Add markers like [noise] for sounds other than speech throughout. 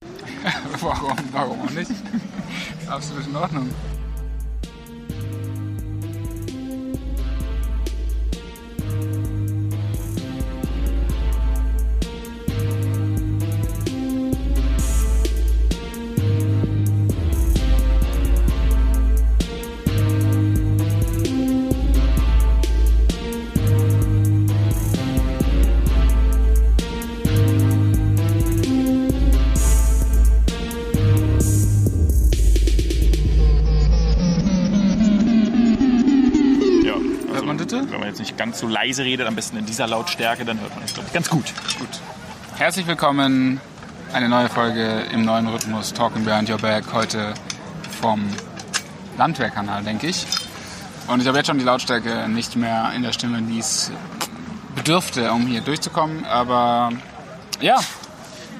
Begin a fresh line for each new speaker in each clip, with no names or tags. [laughs] warum, warum auch nicht? Absolut in Ordnung.
Ja, also,
Hört man das?
Wenn man jetzt nicht ganz so leise redet, am besten in dieser Lautstärke, dann hört man es, glaube ich, ganz gut.
Gut. Herzlich willkommen. Eine neue Folge im neuen Rhythmus Talking Behind Your Back. Heute vom Landwehrkanal, denke ich. Und ich habe jetzt schon die Lautstärke nicht mehr in der Stimme, die es bedürfte, um hier durchzukommen. Aber ja,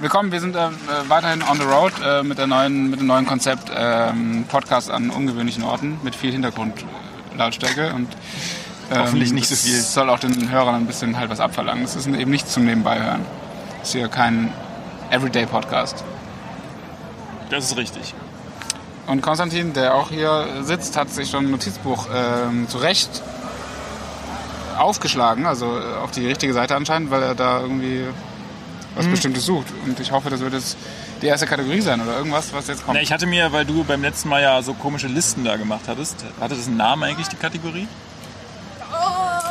willkommen. Wir sind äh, äh, weiterhin on the road äh, mit, der neuen, mit dem neuen Konzept ähm, Podcast an ungewöhnlichen Orten mit viel Hintergrundlautstärke und ähm,
Hoffentlich nicht so
das
viel.
soll auch den Hörern ein bisschen halt was abverlangen. Es ist eben nichts zum Nebenbeihören. Es ist hier kein Everyday-Podcast.
Das ist richtig.
Und Konstantin, der auch hier sitzt, hat sich schon ein Notizbuch ähm, zu Recht aufgeschlagen, also äh, auf die richtige Seite anscheinend, weil er da irgendwie was
Hm.
Bestimmtes sucht. Und ich hoffe, das wird jetzt die erste Kategorie sein oder irgendwas, was jetzt kommt.
Na, ich hatte mir, weil du beim letzten Mal ja so komische Listen da gemacht hattest, hatte das einen Namen eigentlich, die Kategorie?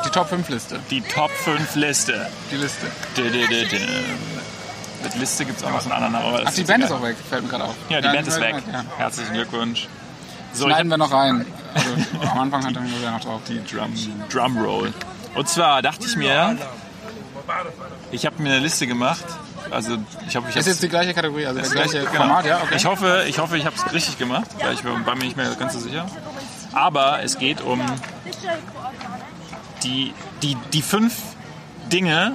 Die Top-5-Liste,
Die Top 5 Liste.
die Liste.
Dö, dö, dö, dö. Mit Liste gibt es auch noch so einen anderen Namen. aber das
Ach, die Band ist
egal.
auch weg, fällt mir gerade auf.
Ja, die Band ist weg.
Ja.
Herzlichen Glückwunsch. So, ich hab-
Schneiden wir noch rein. Also, [laughs] am Anfang hat er mir noch drauf.
die Drum, Drumroll. Und zwar dachte ich mir, ich habe mir eine Liste gemacht. Also ich hoffe, ich
Ist
habe
jetzt die gleiche Kategorie, also das gleiche
Genau.
Format, ja? Okay.
Ich hoffe, ich, hoffe, ich habe es richtig gemacht. weil Ich war mir nicht mehr ganz so sicher. Aber es geht um die, die, die fünf Dinge,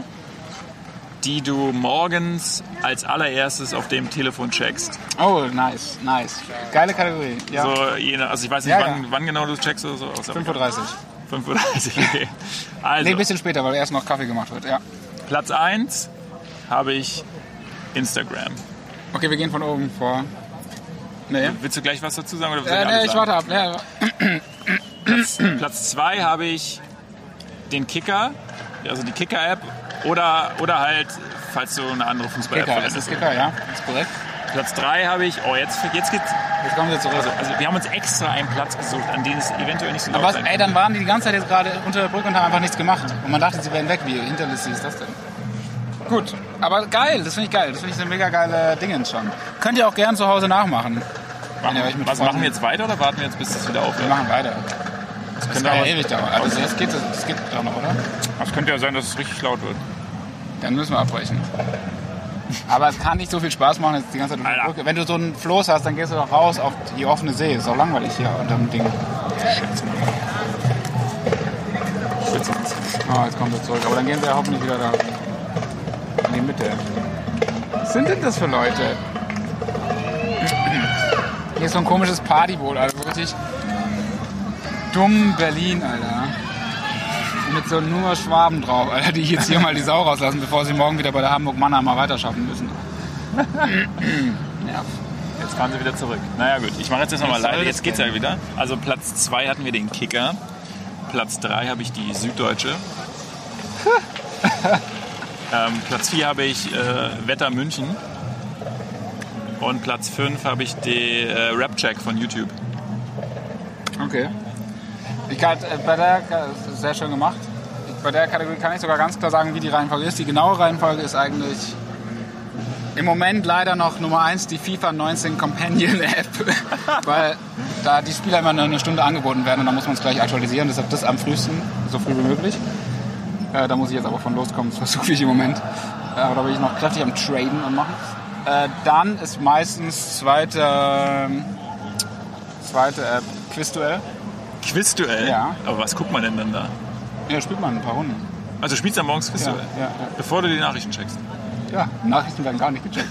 die du morgens als allererstes auf dem Telefon checkst.
Oh, nice, nice. Geile Kategorie. Ja.
So, je nach- also ich weiß nicht,
Ja, ja.
wann, wann genau du checkst oder so. Also,
5.30 Uhr.
5.30 Uhr. Okay. Also,
Nee, ein bisschen später, weil erst noch Kaffee gemacht wird, ja.
Platz 1 habe ich Instagram.
Okay, wir gehen von oben vor. Nee.
Willst du gleich was dazu sagen? Oder soll
Äh,
alles
nee, ich
sagen?
warte ab. Ja,
Platz 2 habe ich den Kicker, also die Kicker-App. Oder, oder halt, falls du eine andere Fußball-App
Kicker, es ist
verwendest.
Kicker, ja. Ist korrekt.
Platz 3 habe ich, oh, jetzt, jetzt geht's.
Jetzt kommen wir zurück.
Also, also, wir haben uns extra einen Platz gesucht, an dem es eventuell nicht so laut
Aber was,
sein
ey,
könnte.
dann waren die die ganze Zeit jetzt gerade unter der Brücke und haben einfach nichts gemacht. Und man dachte, sie wären weg. Wie hinterlistig ist das denn? Gut, aber geil, das finde ich geil. Das finde ich eine mega geile Dingens schon. Könnt ihr auch gern zu Hause nachmachen. wenn ihr euch mit
Was
Freunden-
machen wir jetzt weiter oder warten wir jetzt, bis es wieder
Wir
aufhört?
machen weiter. Das,
können
kann
wir
ja
aber-
ewig dauern. Also jetzt geht das, das geht doch noch, oder?
Es könnte ja sein, dass es richtig laut wird.
Dann müssen wir abbrechen. Aber es kann nicht so viel Spaß machen, jetzt die ganze Zeit unter der
Alter.
Brücke. Wenn du so einen Floß hast, dann gehst du doch raus auf die offene See. Ist doch langweilig hier unter dem Ding. Ah, jetzt kommt er zurück. Aber dann gehen sie ja hoffentlich wieder da in die Mitte. Was sind denn das für Leute? Hier ist so ein komisches Partyboot, also richtig dumm Berlin, Alter. Mit so nur Schwaben drauf, Alter, die jetzt hier mal die Sau rauslassen, bevor sie morgen wieder bei der Hamburg-Mannheimer weiterschaffen müssen. Nerv.
Jetzt fahren sie wieder zurück. Naja gut, ich mache jetzt erstmal
Was soll
leise.
das
Jetzt geht's ja wieder. Also Platz 2 hatten wir den Kicker. Platz 3 habe ich die
[laughs]
Süddeutsche. ähm, Platz 4 habe ich äh, Wetter München. Und Platz 5 habe ich den äh, Rap-Check von YouTube.
Okay. Ich kann, äh, bei der Ka- das ist sehr schön gemacht. Ich- Bei der Kategorie kann ich sogar ganz klar sagen, wie die Reihenfolge ist. Die genaue Reihenfolge ist eigentlich im Moment leider noch Nummer 1 die FIFA 19 Companion App, [laughs] weil da die Spieler immer nur eine Stunde angeboten werden und dann muss man es gleich aktualisieren. Deshalb das am frühesten, so früh wie möglich. Äh, da muss ich jetzt aber von loskommen, [laughs] das versuche ich im Moment. Äh, aber da bin ich noch kräftig am Traden und machen. Äh, dann ist meistens zweite, ähm, zweite App Quizduell.
Quizduell?
Ja.
Aber was guckt man denn dann da?
Ja, spielt man ein paar Runden.
Also spielst du am morgens Quizduell?
Ja, ja, ja.
Bevor du die Nachrichten checkst.
Ja, Nachrichten werden gar nicht
[laughs]
gecheckt.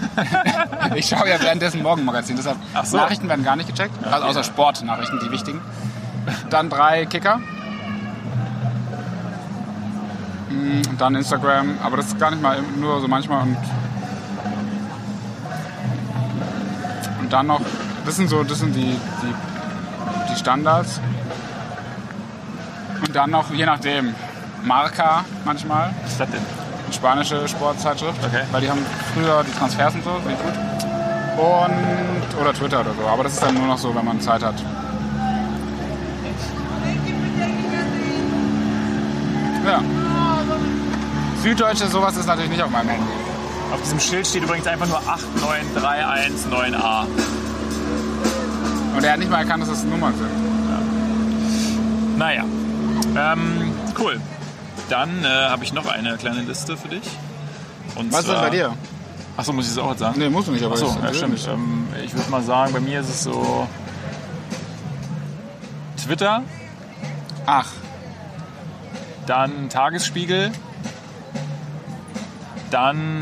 ich schaue ja währenddessen Morgenmagazin, deshalb
Ach so.
Nachrichten werden gar nicht gecheckt. Also außer Sportnachrichten, die wichtigen. Dann drei Kicker. Mm, Und dann Instagram, aber das ist gar nicht mal nur so manchmal und dann noch, das sind so, das sind die, die, die Standards. Und dann noch, je nachdem, Marca manchmal,
Was ist das denn?
eine spanische Sportzeitschrift,
Okay.
weil die haben früher die Transfers und so, finde ich gut. Und, oder Twitter oder so, aber das ist dann nur noch so, wenn man Zeit hat. Ja. Süddeutsche, sowas ist natürlich nicht auf meinem Handy.
Auf diesem Schild steht übrigens einfach nur 89319A.
Und er hat nicht mal erkannt, dass das Nummern sind.
Naja, ähm, cool. Dann äh, habe ich noch eine kleine Liste für dich. Und
Was ist denn
zwar-
bei dir?
Achso, muss ich es auch jetzt sagen?
Nee, musst du nicht, aber
Achso,
ich-
ja, stimmt. Ähm, ich würde mal sagen, bei mir ist es so Twitter,
Ach,
dann Tagesspiegel, dann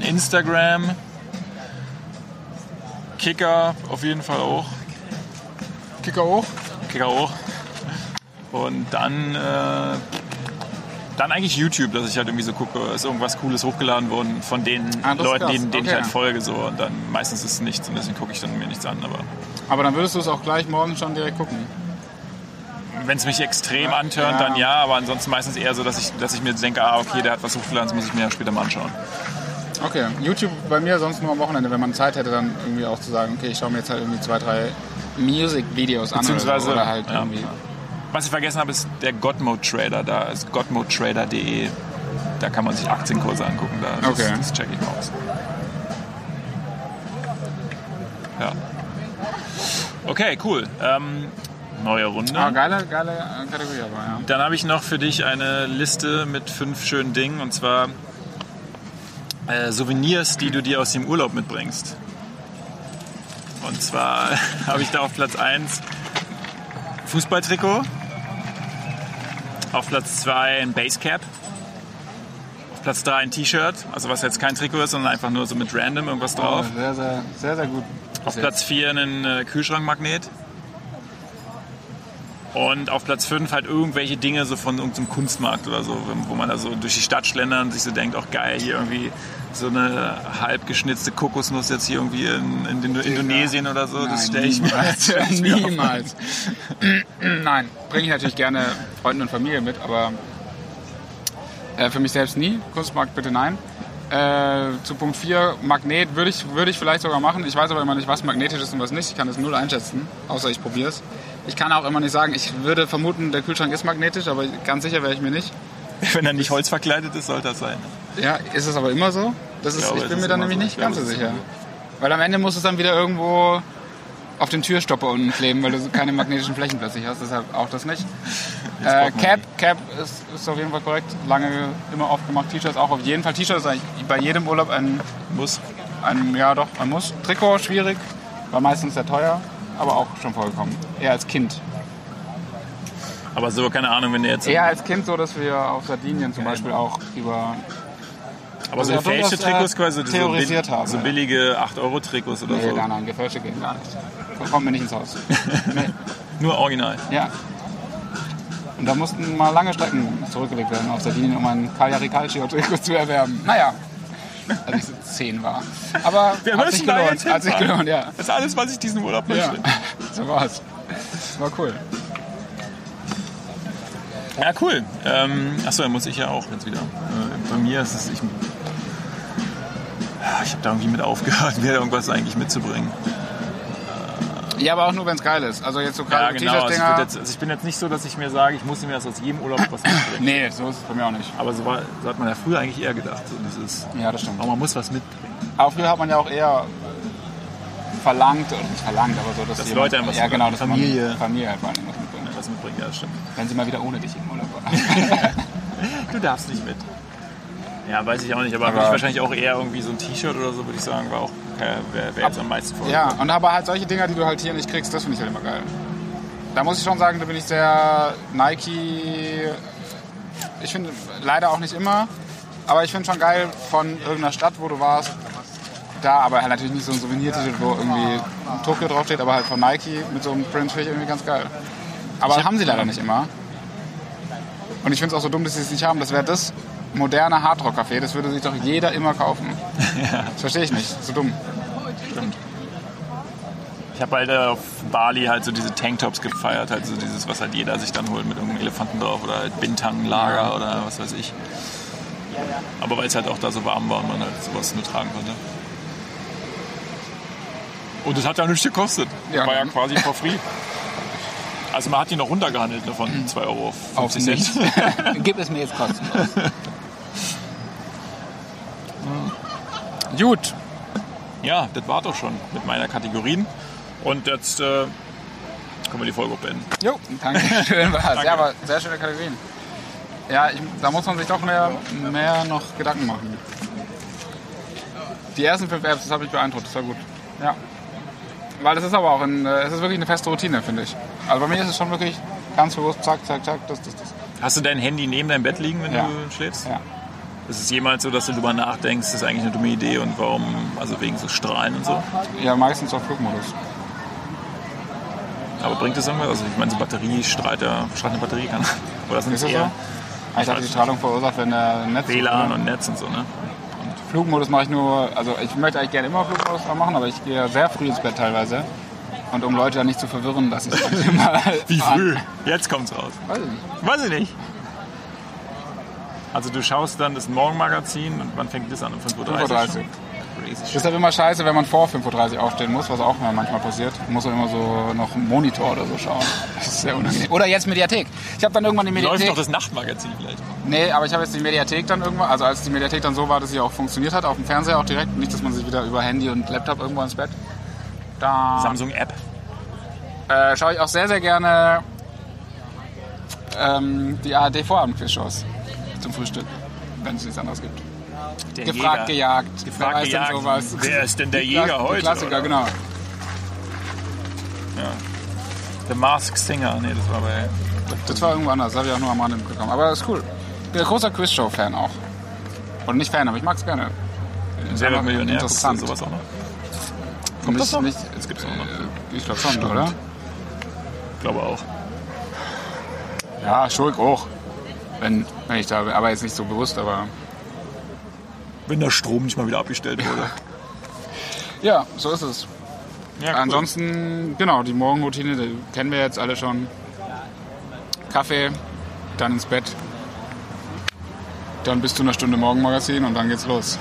Instagram, Kicker auf jeden Fall auch,
Kicker hoch.
Kicker auch. Und dann, äh, dann eigentlich YouTube, dass ich halt irgendwie so gucke, ist irgendwas Cooles hochgeladen worden von den
Ah, das ist
Leuten,
krass.
denen, denen ich
Okay.
halt folge. So. Und dann meistens ist es nichts und deswegen gucke ich dann mir nichts an. Aber
Aber dann würdest du es auch gleich morgen schon direkt gucken.
wenn es mich extrem
Ja.
anturnt, dann ja, aber ansonsten meistens eher so, dass ich, dass ich mir denke, ah, okay, der hat was hochgeladen, das muss ich mir ja später mal anschauen.
Okay, YouTube bei mir sonst nur am Wochenende, wenn man Zeit hätte, dann irgendwie auch zu sagen, okay, ich schaue mir jetzt halt irgendwie zwei, drei Music-Videos an. oder so.
Beziehungsweise-
oder halt
ja.
irgendwie.
Was ich vergessen habe, ist der Godmode-Trader. Da ist godmodetrader.de. Da kann man sich Aktienkurse angucken. Da,
Okay.
Das, das checke ich mal aus. Ja. Okay, cool. Ähm, neue Runde.
Ah, geile, geile äh, Kategorie aber, ja.
Dann habe ich noch für dich eine Liste mit fünf schönen Dingen. Und zwar äh, Souvenirs, die du dir aus dem Urlaub mitbringst. Und zwar [laughs] habe ich da auf Platz 1 Fußballtrikot. Auf Platz 2 ein Basecap. Auf Platz 3 ein T-Shirt. Also was jetzt kein Trikot ist, sondern einfach nur so mit random irgendwas drauf.
Sehr, sehr, sehr, sehr gut.
Auf Platz 4 einen äh, Kühlschrankmagnet. Und auf Platz 5 halt irgendwelche Dinge so von irgendeinem Kunstmarkt oder so, wo- wo man da so durch die Stadt schlendert und sich so denkt, auch geil, hier irgendwie so eine halb geschnitzte Kokosnuss jetzt hier irgendwie in, in, den- Indonesien oder so. das stelle ich mir
niemals.
[laughs] stell ich mir auf. [clears throat]
niemals. Nein, bringe ich natürlich gerne Freunden und Familie mit, aber äh, für mich selbst nie. Kunstmarkt bitte nein. Äh, zu Punkt 4, Magnet würde ich, würde ich vielleicht sogar machen. Ich weiß aber immer nicht, was magnetisch ist und was nicht. Ich kann das null einschätzen, außer ich probiere es. Ich kann auch immer nicht sagen, ich würde vermuten, der Kühlschrank ist magnetisch, aber ganz sicher wäre ich mir nicht.
Wenn er nicht holzverkleidet ist, sollte das sein.
Ja, ist es aber immer so? Das ist,
Ich
ich,
glaube, es
bin
ist
mir dann
immer
nämlich
so.
nicht
Ich glaube,
ganz so
es ist
sicher. Weil am Ende muss es dann wieder irgendwo auf den Türstopper unten kleben, weil du so keine magnetischen Flächen plötzlich hast, deshalb auch das
[laughs]
nicht. Äh,
braucht man
Cap, Cap ist, ist auf jeden Fall korrekt. Lange immer oft gemacht. T-Shirts auch auf jeden Fall. T-Shirts ist eigentlich bei jedem Urlaub ein,
Muss.
ein, ja doch, man muss. Trikot schwierig, war meistens sehr teuer, aber auch schon vorgekommen. Eher als Kind.
Aber so, keine Ahnung, wenn der jetzt.
Eher als Kind so, dass wir auf Sardinien zum Beispiel
genau.
auch
Also
über
aber so
also durchaus,
gefälschte Trikots
äh,
quasi, so,
theorisiert
bill-
haben,
so
ja.
billige 8-Euro-Trikots oder
Nee,
so.
nein, nein, Gefälschte gehen gar nicht. Kommen wir nicht ins Haus.
Nur original.
Ja. Und da mussten mal lange Strecken zurückgelegt werden auf Sardinien, um ein Cagliari [laughs] Calcio-Trikot zu erwerben. Naja, als ich so zehn war. Aber
Wir
hat sich
müssen da
gelohnt.
jetzt
Hat sich
hinfahren.
gelohnt, ja.
Das ist alles, was ich diesen Urlaub
ja.
möchte.
So war's. War cool.
Ja, cool. Ähm, achso, dann muss ich ja auch jetzt wieder. Äh, bei mir ist es. Ich, Ah, ich habe da irgendwie mit aufgehört, [laughs] mir irgendwas eigentlich mitzubringen.
Ja, aber auch nur, wenn es geil ist. Also jetzt so
Ja,
gerade
genau. Also ich, würd
T-Shirt-Dinger.
jetzt, also ich bin jetzt nicht so, dass ich mir sage, ich muss mir das aus jedem Urlaub was mitbringen.
Nee, so ist es bei mir auch nicht.
Aber so, war, so hat man ja früher eigentlich eher gedacht. So dieses,
Ja, das stimmt.
aber man muss was mitbringen.
Aber früher hat man ja auch eher verlangt, oder nicht verlangt, aber so, dass,
Dass
jemand-
Leute einem was
Ja, genau,
mitbringen.
dass
Familie.
Man Familie halt vor allem was mitbringt.
Was mitbringen, ja, das stimmt.
Wenn sie mal wieder ohne dich im Urlaub war.
Du darfst nicht mit. Ja, weiß ich auch nicht, aber,
Aber-
würd ich wahrscheinlich auch eher irgendwie so ein T-Shirt oder so, würde ich sagen, war auch, äh, wäre wär jetzt am meisten vor.
Ja, und aber halt solche Dinger, die du halt hier nicht kriegst, das finde ich halt immer geil. Da muss ich schon sagen, da bin ich sehr Nike. Ich finde leider auch nicht immer, aber ich finde schon geil von irgendeiner Stadt, wo du warst. Da, aber halt natürlich nicht so ein Souvenir-T-Shirt, wo irgendwie ein Tokio draufsteht, aber halt von Nike mit so einem Print finde ich irgendwie ganz geil. Aber haben sie leider nicht immer. Und ich finde es auch so dumm, dass sie es nicht haben. Das wäre das moderne Hardrock-Café, das würde sich doch jeder immer kaufen. Das verstehe ich nicht, so dumm.
habe halt äh, auf Bali halt so diese Tanktops gefeiert, halt so dieses, was halt jeder sich dann holt mit irgendeinem Elefanten drauf oder halt Bintang-Lager oder was weiß ich. Aber weil es halt auch da so warm war und man halt sowas nur tragen konnte. Und das hat ja nichts gekostet.
Ja.
War ja quasi for free. Also man hat die noch runtergehandelt ne, von 2 Euro auf 50
Auf
Cent. [laughs]
nichts. Gib es mir jetzt [laughs] kostenlos. Gut.
Ja, das war doch schon mit meiner Kategorien. Und jetzt äh, können wir die Folge auch beenden.
Jo. [laughs] Danke, schön war's. Ja, aber sehr schöne Kategorien. Ja, ich, da muss man sich doch mehr, mehr noch Gedanken machen. Die ersten fünf Apps, das habe ich beeindruckt, das war gut. Ja. Weil das ist aber auch ein, äh, es ist wirklich eine feste Routine, finde ich. Also bei mir ist es schon wirklich ganz bewusst, zack, zack, zack, das, das, das.
Hast du dein Handy neben deinem Bett liegen, wenn
Ja.
du schläfst?
Ja.
Ist es jemals so, dass du darüber nachdenkst, das ist eigentlich eine dumme Idee und warum, also wegen so Strahlen und so?
Ja, meistens auf Flugmodus.
Aber bringt das irgendwas? Also ich meine, so Batterie strahlt ja, strahlt eine Batterie kann. [laughs] Oder sind es
Ist das
eher
so? Ah, Ich habe die Strahlung verursacht, wenn der Netz...
WLAN und Netz und so, ne?
Flugmodus mache ich nur, also ich möchte eigentlich gerne immer Flugmodus dran machen, aber ich gehe sehr früh ins Bett teilweise. Und um Leute dann nicht zu verwirren, lasse ich [laughs] es mal.
Wie früh? Jetzt kommt's raus.
Weiß ich nicht.
Weiß ich nicht. Also du schaust dann das Morgenmagazin und wann fängt das an? Um 5.30 Uhr?
5.30 Uhr.
Crazy shit.
Ist halt immer scheiße, wenn man vor 5.30 Uhr aufstehen muss, was auch mal manchmal passiert. Man muss man immer so noch einen Monitor oder so schauen. [laughs] Das ist sehr unangenehm. Oder jetzt Mediathek. Ich habe dann irgendwann die
Läuft
Mediathek.
doch das Nachtmagazin vielleicht.
Nee, aber ich habe jetzt die Mediathek dann irgendwann, also als die Mediathek dann so war, dass sie auch funktioniert hat, auf dem Fernseher auch direkt. Nicht, dass man sich wieder über Handy und Laptop irgendwo ins Bett. Da
Samsung-App.
äh, schaue ich auch sehr, sehr gerne ähm, die ARD-Vorabendquiz-Shows zum Frühstück, wenn es nichts anderes gibt.
Der
Gefragt,
Jäger.
gejagt.
Gefragt,
wer weiß
gejagt.
Denn sowas?
Wer ist denn der
Die
Jäger
Kla- die
heute,
Klassiker,
oder?
genau.
The Mask Singer. Nee, das war bei...
Das war irgendwo anders, das habe ich auch nur am Rande mitbekommen. Aber das ist cool. Ich bin ein großer Quizshow-Fan auch. Und nicht Fan, aber ich mag es gerne.
Selber
Aber
Millionär.
interessant.
Guckst du Sowas auch noch?
Kommt
das noch?
Nicht,
Das gibt's
äh,
auch noch.
ich glaube schon, oder?
Glaube auch.
Ja, Schulk auch. Wenn, wenn ich da bin. Aber jetzt nicht so bewusst, aber...
Wenn der Strom nicht mal wieder abgestellt wurde.
Ja, so ist es.
Ja,
Ansonsten, genau, die Morgenroutine die kennen wir jetzt alle schon. Kaffee, dann ins Bett. Dann bist du eine Stunde Morgenmagazin und dann geht's los.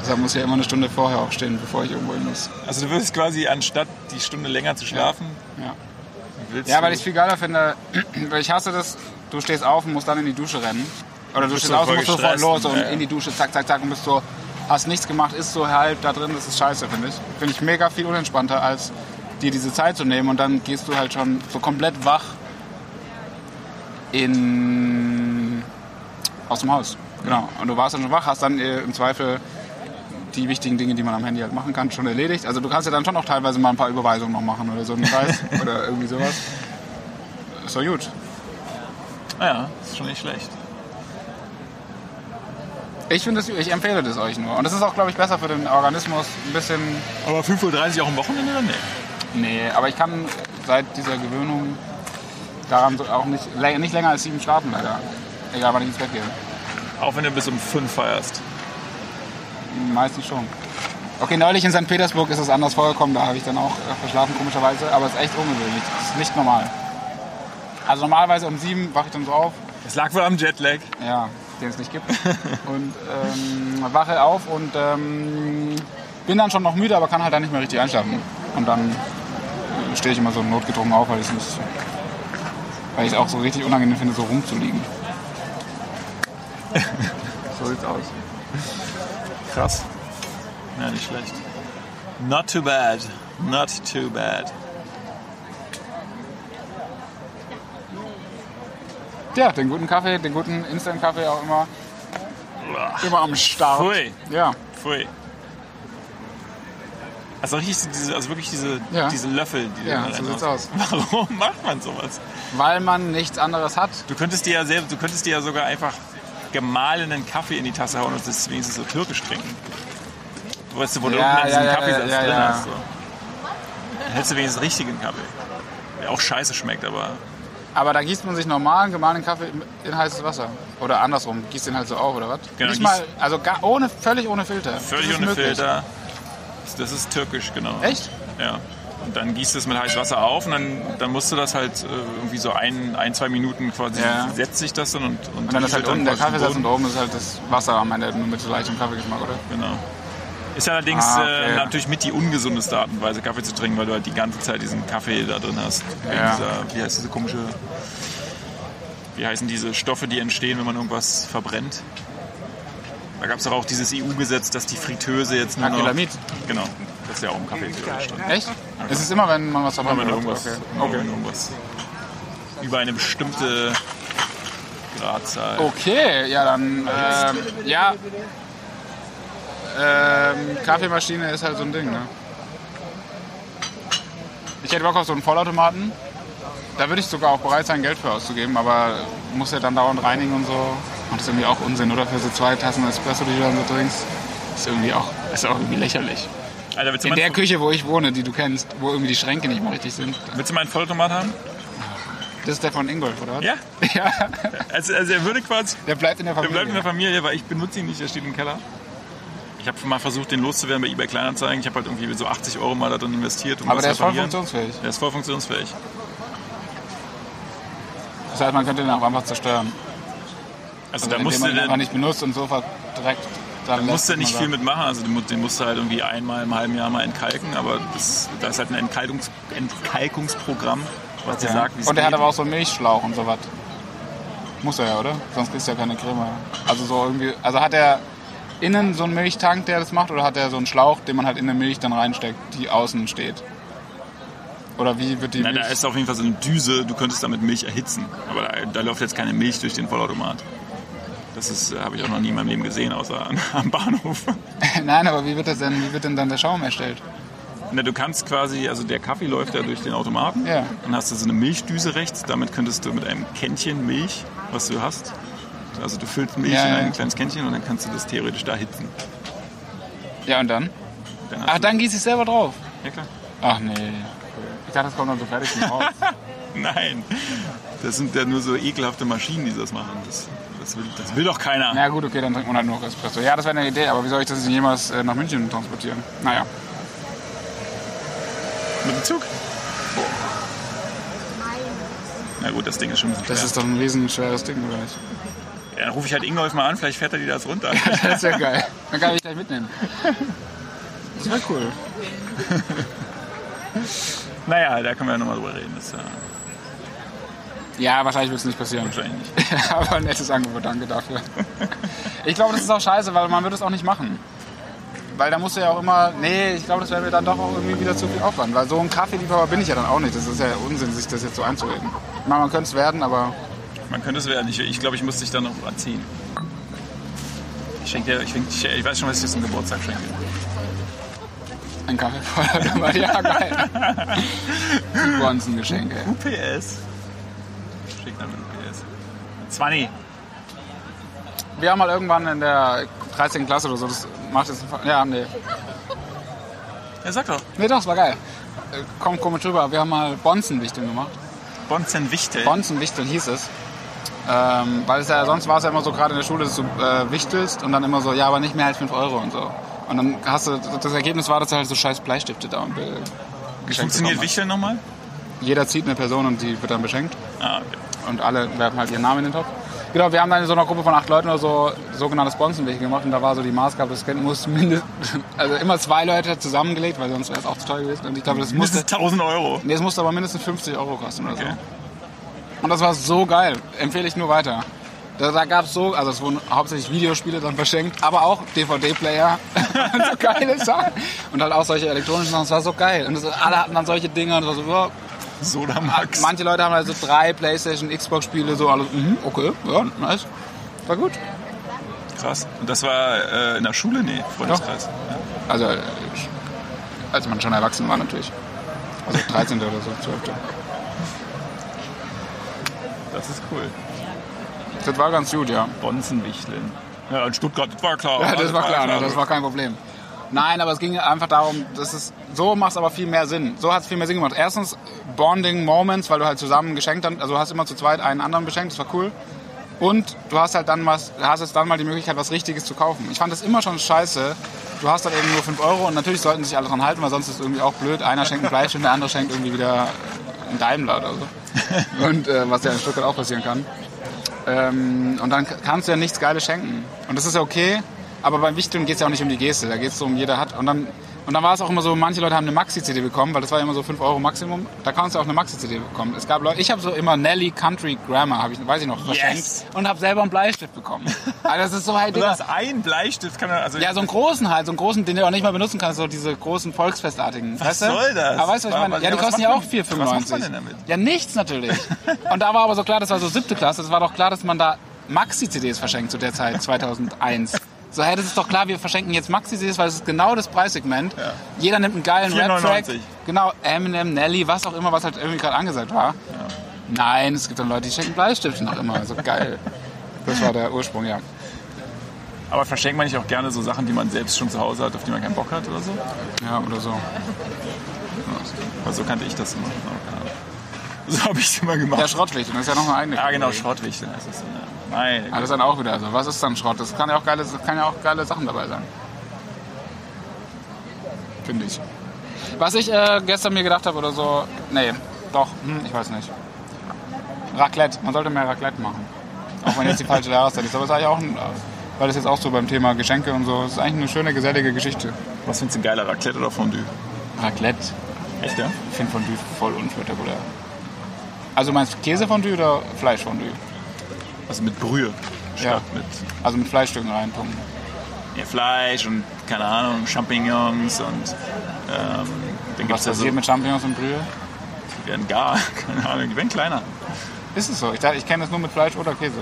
Deshalb muss ich ja immer eine Stunde vorher aufstehen, bevor ich irgendwo hin muss.
Also du wirst quasi, anstatt die Stunde länger zu schlafen,
Ja,
willst
ja
du...
weil ich es viel geiler finde, [clears throat] weil ich hasse das, du stehst auf und musst dann in die Dusche rennen. Oder du
bist
stehst
so
auf und
voll
musst sofort
gestresst
los und
und, ja.
in die Dusche, zack, zack, zack und bist so, hast nichts gemacht, ist so halb da drin, das ist scheiße, finde ich. Finde ich mega viel unentspannter, als dir diese Zeit zu nehmen und dann gehst du halt schon so komplett wach in aus dem Haus. Genau. Und du warst dann schon wach, hast dann äh, im Zweifel die wichtigen Dinge, die man am Handy halt machen kann, schon erledigt. Also du kannst ja dann schon auch teilweise mal ein paar Überweisungen noch machen oder so einen
[laughs]
Scheiß oder irgendwie sowas. Ist doch gut.
Ah ja, ist schon nicht schlecht.
Ich finde das, ich empfehle das euch nur. Und das ist auch, glaube ich, besser für den Organismus. Ein bisschen,
Aber 5.30 Uhr auch am Wochenende oder nee?
nee, aber ich kann seit dieser Gewöhnung daran so auch nicht, lä- nicht länger als sieben schlafen leider. Egal, wann ich ins Bett gehe.
Auch wenn du bis um 5 feierst.
Meistens schon. Okay, neulich in St. Petersburg ist es anders vorgekommen, da habe ich dann auch äh, verschlafen, komischerweise, aber es ist echt ungewöhnlich. Das ist nicht normal. Also normalerweise um sieben wache ich dann so auf,
Es lag wohl am Jetlag.
ja, den es nicht gibt, und ähm, wache auf und ähm, bin dann schon noch müde, aber kann halt dann nicht mehr richtig einschlafen. Und dann äh, stehe ich immer so notgedrungen auf, weil ich es nicht, weil ich es auch so richtig unangenehm finde, so rumzuliegen. so sieht's aus.
Krass. Ja, nicht schlecht. Not too bad. Not too bad.
Ja, den guten Kaffee, den guten Instant-Kaffee auch immer.
Uah.
Immer am Start.
Pfui.
Ja,
Pfui. Also richtig so diese, also wirklich diese,
Ja.
diese Löffel, die du
Ja,
da
so
reinhaust.
sieht's aus.
[laughs] Warum macht man sowas?
weil man nichts anderes hat.
Du könntest dir ja selbst, du könntest dir ja sogar einfach gemahlenen Kaffee in die Tasse hauen und das wenigstens so türkisch trinken. Du weißt, wo du
Ja,
unten
ja,
diesen
ja,
Kaffeesatz
ja,
drin
ja.
hast. So. Dann hättest du wenigstens richtigen Kaffee. Der auch scheiße schmeckt, aber
Aber da gießt man sich normalen gemahlenen Kaffee in heißes Wasser. Oder andersrum, gießt den halt so auf, oder was?
Genau,
Nicht
gieß-
mal, also gar ohne, völlig ohne Filter. Das
völlig
ist
ohne
möglich.
Filter. Das ist türkisch, genau.
Echt?
Ja. Und dann gießt du es mit heißem Wasser auf und dann, dann musst du das halt äh, irgendwie so ein, ein, zwei Minuten quasi,
Ja.
setzt sich das dann und, und,
Und dann ist
rieselt
halt unten der
quasi den
Kaffeesatz
Boden.
und oben ist halt das Wasser am Ende nur mit so leichtem Kaffeegeschmack, oder?
Genau. Ist allerdings
Ah, okay.
äh, natürlich mit die ungesundeste Art und Weise, Kaffee zu trinken, weil du halt die ganze Zeit diesen Kaffee da drin hast. Wegen
Ja.
Dieser, wie heißt diese komische. Wie heißen diese Stoffe, die entstehen, wenn man irgendwas verbrennt? Da gab es doch auch dieses EU-Gesetz, dass die Fritteuse jetzt nur noch.
Acrylamid.
Genau. Das ist ja auch im Kaffee zu entstehen.
Echt? Es ist immer, wenn man was
Wenn
verbrennt.
man
oder?
irgendwas,
Okay.
immer wenn irgendwas über eine bestimmte
Oh.
Gradzahl.
Okay, ja dann. Ähm, ja. Ähm, Kaffeemaschine ist halt so ein Ding, ne? Ich hätte Bock auf so einen Vollautomaten. Da würde ich sogar auch bereit sein, Geld für auszugeben, aber muss ja dann dauernd reinigen und so. Macht das irgendwie auch Unsinn, oder? Für so zwei Tassen Espresso, die du dann so trinkst. Ist irgendwie auch, ist auch irgendwie lächerlich.
Alter, willst du,
In der
meinen,
Küche, wo ich wohne, die du kennst, wo irgendwie die Schränke nicht mal richtig sind.
willst du meinen Vollautomat haben?
Das ist der von Ingolf, oder?
Ja?
[laughs] Ja.
Also, also er würde quasi
Der bleibt in der
Der
Familie.
bleibt in der Familie, weil ich benutze ihn nicht, der steht im Keller. Ich habe mal versucht, den loszuwerden bei eBay Kleinanzeigen. Ich habe halt irgendwie so 80 Euro mal da drin investiert. Um
aber
das
der ist voll
reparieren.
funktionsfähig.
Der ist voll funktionsfähig.
Das heißt, man könnte den auch einfach zerstören.
Also,
Also
da
indem
musst
man
du,
ihn einfach
den,
nicht benutzt und so verdreckt. Dann lässt
musst du
man
nicht
da.
viel mitmachen. Also den mu- den musst du halt irgendwie einmal im halben Jahr mal entkalken. Aber das, da ist halt ein Entkalkungs Entkalkungsprogramm, was dir
Ja.
sagt, wie es
Und er hat
geht.
aber auch so einen Milchschlauch und so was. Muss er ja, oder? Sonst kriegst du ja keine Creme. Also so irgendwie. Also hat er innen so einen Milchtank, der das macht, oder hat er so einen Schlauch, den man halt in der Milch dann reinsteckt, die außen steht? Oder wie wird die
Na, da
Milch.
ist auf jeden Fall so eine Düse, du könntest damit Milch erhitzen. Aber da, da läuft jetzt keine Milch durch den Vollautomat. Das ist, äh, habe ich auch noch nie in meinem Leben gesehen, außer am, am Bahnhof.
[laughs] Nein, aber wie wird das denn, wie wird denn dann der Schaum erstellt?
Na, du kannst quasi, also der Kaffee läuft ja durch den Automaten.
Ja.
Dann hast du so eine Milchdüse rechts. Damit könntest du mit einem Kännchen Milch, was du hast, also du füllst Milch
Ja,
in
ja.
ein kleines Kännchen und dann kannst du das theoretisch da hitzen.
Ja, und dann?
Dann hast
Ach,
du-
dann gieße ich selber drauf.
Ja, klar.
Ach nee. Ich dachte, das kommt dann so fertig raus.
Nein, das sind ja nur so ekelhafte Maschinen, die das machen. Das, das, will, das will doch keiner.
Na gut, okay, dann trinkt man halt nur noch Espresso. Ja, das wäre eine Idee, aber wie soll ich das denn jemals äh, nach München transportieren? Naja.
Mit dem Zug? Na gut, das Ding ist schon ein bisschen
Das
schwer.
ist doch ein riesen schweres Ding, oder nicht?
Ja, Dann rufe ich halt Ingolf mal an, vielleicht fährt er die das runter.
[laughs] Das ist ja geil. Dann kann ich gleich mitnehmen. Das wäre cool.
[laughs] naja, da können wir ja nochmal drüber reden. Das ist ja
Ja, wahrscheinlich wird es nicht passieren. [laughs]
wahrscheinlich nicht.
aber ein nettes Angebot, danke dafür. Ich glaube, das ist auch scheiße, weil man würde es auch nicht machen. Weil da musst du ja auch immer, nee, ich glaube, das wäre mir dann doch auch irgendwie wieder zu viel Aufwand. Weil so ein Kaffeeliebhaber bin ich ja dann auch nicht. Das ist ja Unsinn, sich das jetzt so einzureden. Ich meine, man könnte es werden, aber
Man könnte es werden. Ich, ich glaube, ich muss dich dann noch anziehen. Ich schenke dir, ich, schenke, ich, ich weiß schon, was ich dir zum Geburtstag schenke.
ein Kaffee voller Ja, geil. Bronzengeschenke.
UPS. Schick dann mit UPS. 20.
Wir haben mal irgendwann in der 13. Klasse oder so, das macht jetzt. Ja, nee.
Ja, sag doch.
Nee, doch, es war geil. Äh, Kommt komisch rüber. Wir haben mal Bonzenwichteln gemacht.
Bonzen Wichtel.
Bonzenwichteln hieß es. Ähm, weil es ja, sonst war es ja immer so, gerade in der Schule, dass du äh, wichtelst und dann immer so, ja, aber nicht mehr als 5 Euro und so. Und dann hast du, das Ergebnis war, dass du halt so scheiß Bleistifte da und äh, geschenkt
Funktioniert
bekommen
Wichtel nochmal?
hast. Jeder zieht eine Person und die wird dann beschenkt.
Ah, okay.
und alle werfen halt ihren Namen in den Topf. Genau, wir haben dann in so einer Gruppe von acht Leuten oder so sogenannte Sponsenwege gemacht und da war so die Maßgabe, das Geld muss mindestens, [laughs] also immer zwei Leute zusammengelegt, weil sonst wäre es auch zu teuer gewesen. Und ich glaube, das musste,
Mindestens 1000 Euro.
nee, es musste aber mindestens 50 Euro kosten oder so.
Mhm. Okay.
Und das war so geil, empfehle ich nur weiter. Da, da gab es so, also es wurden hauptsächlich Videospiele dann verschenkt, aber auch DVD-Player und [laughs] so geile Sachen. Und halt auch solche elektronischen Sachen, das war so geil. Und das, alle hatten dann solche Dinge und das war so, wow,
Soda Max.
Manche Leute haben also drei Playstation, Xbox-Spiele, so alles. Mhm, okay, ja, nice. War gut.
Krass. Und das war äh, in der Schule? Nee, Freundeskreis.
Also, äh, als man schon erwachsen war natürlich. Also 13. oder so, 12.
Das ist cool.
Das war ganz gut, ja.
Bonzenwichteln. Ja, in Stuttgart, das war klar.
Ja, das war klar, ne? das war kein Problem. Nein, aber es ging einfach darum, dass es so macht es aber viel mehr Sinn. So hat es viel mehr Sinn gemacht. Erstens Bonding Moments, weil du halt zusammen geschenkt hast, also du hast immer zu zweit einen anderen beschenkt, das war cool. Und du hast halt dann was, hast jetzt dann mal die Möglichkeit, was Richtiges zu kaufen. Ich fand das immer schon scheiße, du hast dann eben nur 5 Euro und natürlich sollten sich alle dran halten, weil sonst ist es irgendwie auch blöd. Einer schenkt ein Fleisch und der andere schenkt irgendwie wieder einen Daimler oder [laughs] so. Und äh, was ja in Stuttgart auch passieren kann. Ähm, und dann k- kannst du ja nichts Geiles schenken. Und das ist ja okay, aber beim Wichteln geht es ja auch nicht um die Geste. Da geht es so um jeder hat. Und dann, und dann war es auch immer so, manche Leute haben eine Maxi-CD bekommen, weil das war ja immer so 5 Euro Maximum. Da kannst du auch eine Maxi-CD bekommen. Es gab Leute, ich habe so immer Nelly Country Grammar, hab ich, weiß ich noch, verschenkt. Und habe selber einen Bleistift bekommen. Also das ist so halt,
Du
Digga,
hast ein Bleistift, kann man, also
ja, so einen großen halt, so einen großen, den du auch nicht mal benutzen kannst, so diese großen Volksfestartigen. Was weißt du?
soll das?
Aber weißt du, was ich meine?
Aber-
Ja, die
ja, was
kosten ja
macht
auch
man-
4,95.
was macht man denn damit?
Ja, nichts natürlich.
[laughs]
Und da war aber so klar, das war so siebte Klasse, das war doch klar, dass man da Maxi-CDs verschenkt zu der Zeit, 2001. So, hey, das ist doch klar, wir verschenken jetzt Maxi-CDs, weil das ist genau das Preissegment. Jeder nimmt einen geilen Rap-Track.
4,99.
Genau, Eminem, Nelly, was auch immer, was halt irgendwie gerade angesagt war. Nein, es gibt dann Leute, die schenken Bleistifte noch immer. So geil. Das war der Ursprung, ja.
aber verschenkt man nicht auch gerne so Sachen, die man selbst schon zu Hause hat, auf die man keinen Bock hat oder so?
Ja, oder so.
Weil so kannte ich das immer. Aber keine Ahnung. So habe ich es immer gemacht.
Ja, Schrottwichteln, das ist ja noch eine eigene
Ja, genau,
Kategorie.
Schrottwichteln heißt das. Ja. Nein.
Ah, das ist dann auch wieder. Also, was ist dann Schrott? Das kann ja auch geile, kann ja auch geile Sachen dabei sein. Finde ich. Was ich äh, gestern mir gedacht habe oder so. Nee, doch, hm, ich weiß nicht. Raclette. Man sollte mehr Raclette machen. Auch wenn jetzt die falsche Jahreszeit ist. Aber das ist eigentlich auch ein, weil das jetzt auch so beim Thema Geschenke und so. Das ist eigentlich eine schöne, gesellige Geschichte.
Was findest du geiler, Raclette oder Fondue?
Raclette.
Echt, ja?
Ich finde Fondue voll unspektakulär. Also meinst du Käsefondue oder Fleischfondue?
Also mit Brühe.
Ja.
Statt mit
Also mit Fleischstücken reintunken.
ja, Fleisch und, keine Ahnung, Champignons und ähm, dann gibt
Was
es da so,
passiert mit Champignons und Brühe?
die werden gar, [laughs] keine Ahnung, die werden kleiner.
Ist es so? Ich, dachte, ich kenne das nur mit Fleisch oder Käse.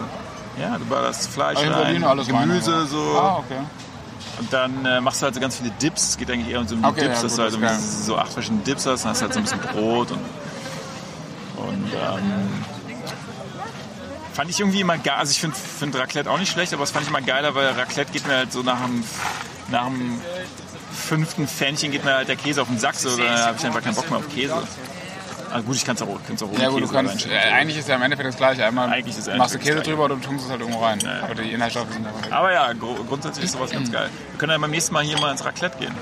Ja, du ballerst Fleisch
Aber Ah, in
rein,
Berlin alles rein,
Gemüse
aber-
so
Ah, okay.
und dann äh, machst du halt so ganz viele Dips. Es geht eigentlich eher um so einen
Okay,
Dips,
ja,
dass
gut,
du halt
das
so,
ist geil.
so acht verschiedene Dips hast, dann hast du halt so ein bisschen Brot und, und ähm, fand ich irgendwie immer geil. Also ich finde find Raclette auch nicht schlecht, aber das fand ich immer geiler, weil Raclette geht mir halt so nach dem, nach dem fünften Fähnchen geht mir halt der Käse auf den Sack, so, da habe ich einfach keinen Bock mehr auf Käse. Also gut, ich kann es auch, kann's auch ohne
Ja gut, du
Käse
kannst,
reinschieben.
äh, eigentlich ist ja im Endeffekt das gleiche. Einmal
Eigentlich ist es
machst du
eigentlich
Käse
das Gleiche.
drüber oder du tunkst es halt irgendwo rein.
ja.
Aber die Inhaltsstoffe sind einfach weg.
Aber ja, gru- grundsätzlich ist sowas
Mhm.
ganz geil. Wir können ja beim nächsten Mal hier mal ins Raclette gehen.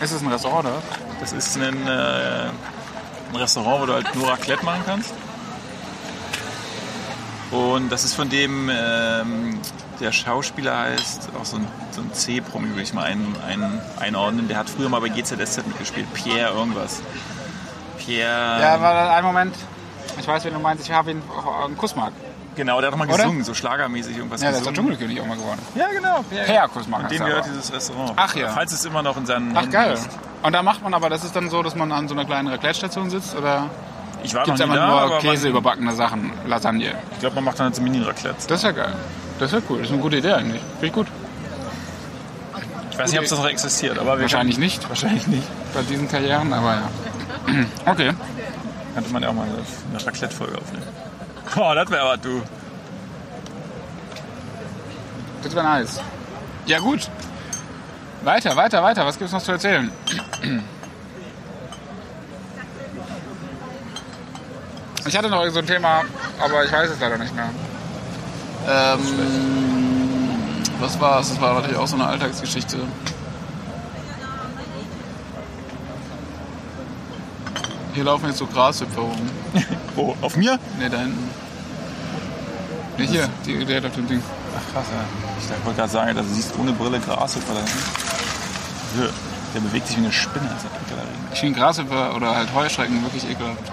Ist es ein Restaurant, oder?
Das ist ein, äh, ein Restaurant, wo du halt nur Raclette machen kannst. Und das ist von dem, ähm, der Schauspieler heißt, auch so ein, so ein C-Promi, würde ich mal ein, ein, einordnen. Der hat früher mal bei GZSZ mitgespielt. Pierre irgendwas. Pierre.
Ja, war ein Moment. Ich weiß, wen du meinst. Ich habe ihn oh, einen Kussmark.
Genau, der hat auch mal
Oder?
gesungen, so schlagermäßig irgendwas
Ja, der ist der
gesungen.
Dschungelkönig auch mal geworden.
ja, genau. Pierre,
Per Kussmark
Dem
heißt er
gehört
aber.
dieses Restaurant.
Ach ja.
Falls es immer noch in seinen
Ach
Händen
geil.
ist.
Und da macht man aber, das ist dann so, dass man an so einer kleinen Raclette-Station sitzt oder
Ich war
gibt es
noch nie
einfach
da,
nur
aber
Käse
man,
überbackene Sachen, Lasagne.
ich glaube, man macht dann halt so Mini-Raclette.
Das ist ja geil. Das ist ja cool. Das ist eine gute Idee eigentlich. Finde ich gut.
Ich weiß nicht, ob das noch existiert, aber wir
Wahrscheinlich nicht. Wahrscheinlich nicht. Bei diesen Karrieren, aber ja. Okay.
Könnte man ja auch mal eine, eine Raclette-Folge aufnehmen. Boah, das wäre aber du. [laughs]
Das war nice. Ja, gut. Weiter, weiter, weiter. Was gibt's noch zu erzählen? Ich hatte noch so ein Thema, aber ich weiß es leider nicht mehr. Ähm, was war's? Das war natürlich auch so eine Alltagsgeschichte. Hier laufen jetzt so Grashüpfer rum.
Wo? Oh, Auf mir?
Ne, da hinten. Ne, hier, die Idee auf dem Ding.
Ach krass, ja. Ich dachte, wollte gerade sagen, dass du siehst ohne Brille Grashüpfer da hinten. Ja, Der bewegt sich wie eine Spinne. Das ist ein ekeler Regen.
Ich finde Grashüpfer oder halt Heuschrecken wirklich ekelhaft.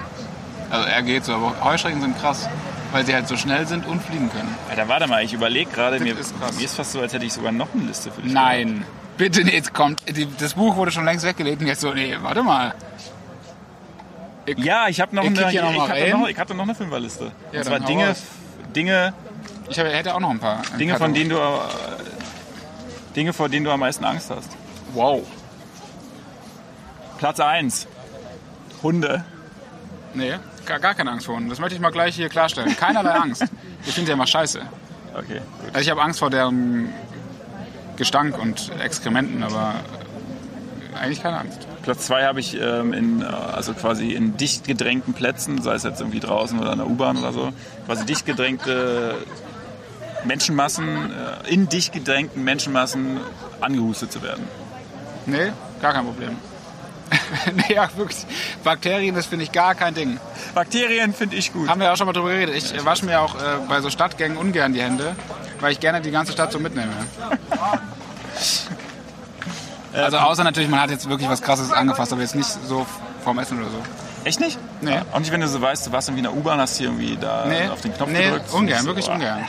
Also er geht so, aber Heuschrecken sind krass, weil sie halt so schnell sind und fliegen können.
Alter, warte mal, ich überlege gerade. Mir,
ist krass.
mir ist fast so, als hätte ich sogar noch eine Liste für dich.
Nein. Bitte nee, jetzt kommt. Die, das Buch wurde schon längst weggelegt und jetzt so, nee, warte mal.
Ja, ich habe noch,
Ich
eine-
kick hier noch mal
ich hab
rein.
noch, ich hab da noch eine Fünferliste.
Ja,
Und
dann
zwar
hau
Dinge,
raus.
Dinge,
Ich hab- hätte auch noch ein paar. im
Dinge, von
Katalog.
denen du, äh, Dinge, vor denen du am meisten Angst hast.
Wow.
Platz 1. Hunde.
Nee, gar, gar keine Angst vor Hunden. Das möchte ich mal gleich hier klarstellen. Keinerlei Angst. Ich finde die immer scheiße.
Okay, gut.
Also ich habe Angst vor deren Gestank und Exkrementen, aber eigentlich keine Angst.
Platz zwei habe ich ähm, in, äh, also quasi in dicht gedrängten Plätzen, sei es jetzt irgendwie draußen oder in der U-Bahn oder so, quasi dicht gedrängte Menschenmassen, äh, in dicht gedrängten Menschenmassen angehustet zu werden.
Nee, gar kein Problem. [laughs] nee, ja, wirklich. Bakterien, das finde ich gar kein Ding.
Bakterien finde ich gut.
Haben wir auch schon mal drüber geredet. Ich äh, wasche mir auch äh, bei so Stadtgängen ungern die Hände, weil ich gerne die ganze Stadt so mitnehme. also außer natürlich, man hat jetzt wirklich was Krasses angefasst, aber jetzt nicht so vorm Essen oder so.
Echt nicht?
Nee.
Ja, Auch nicht, wenn du so weißt, du warst irgendwie in der U-Bahn, hast hier irgendwie da äh, auf den Knopf
nee,
gedrückt.
ungern,
So,
wirklich
ah.
ungern.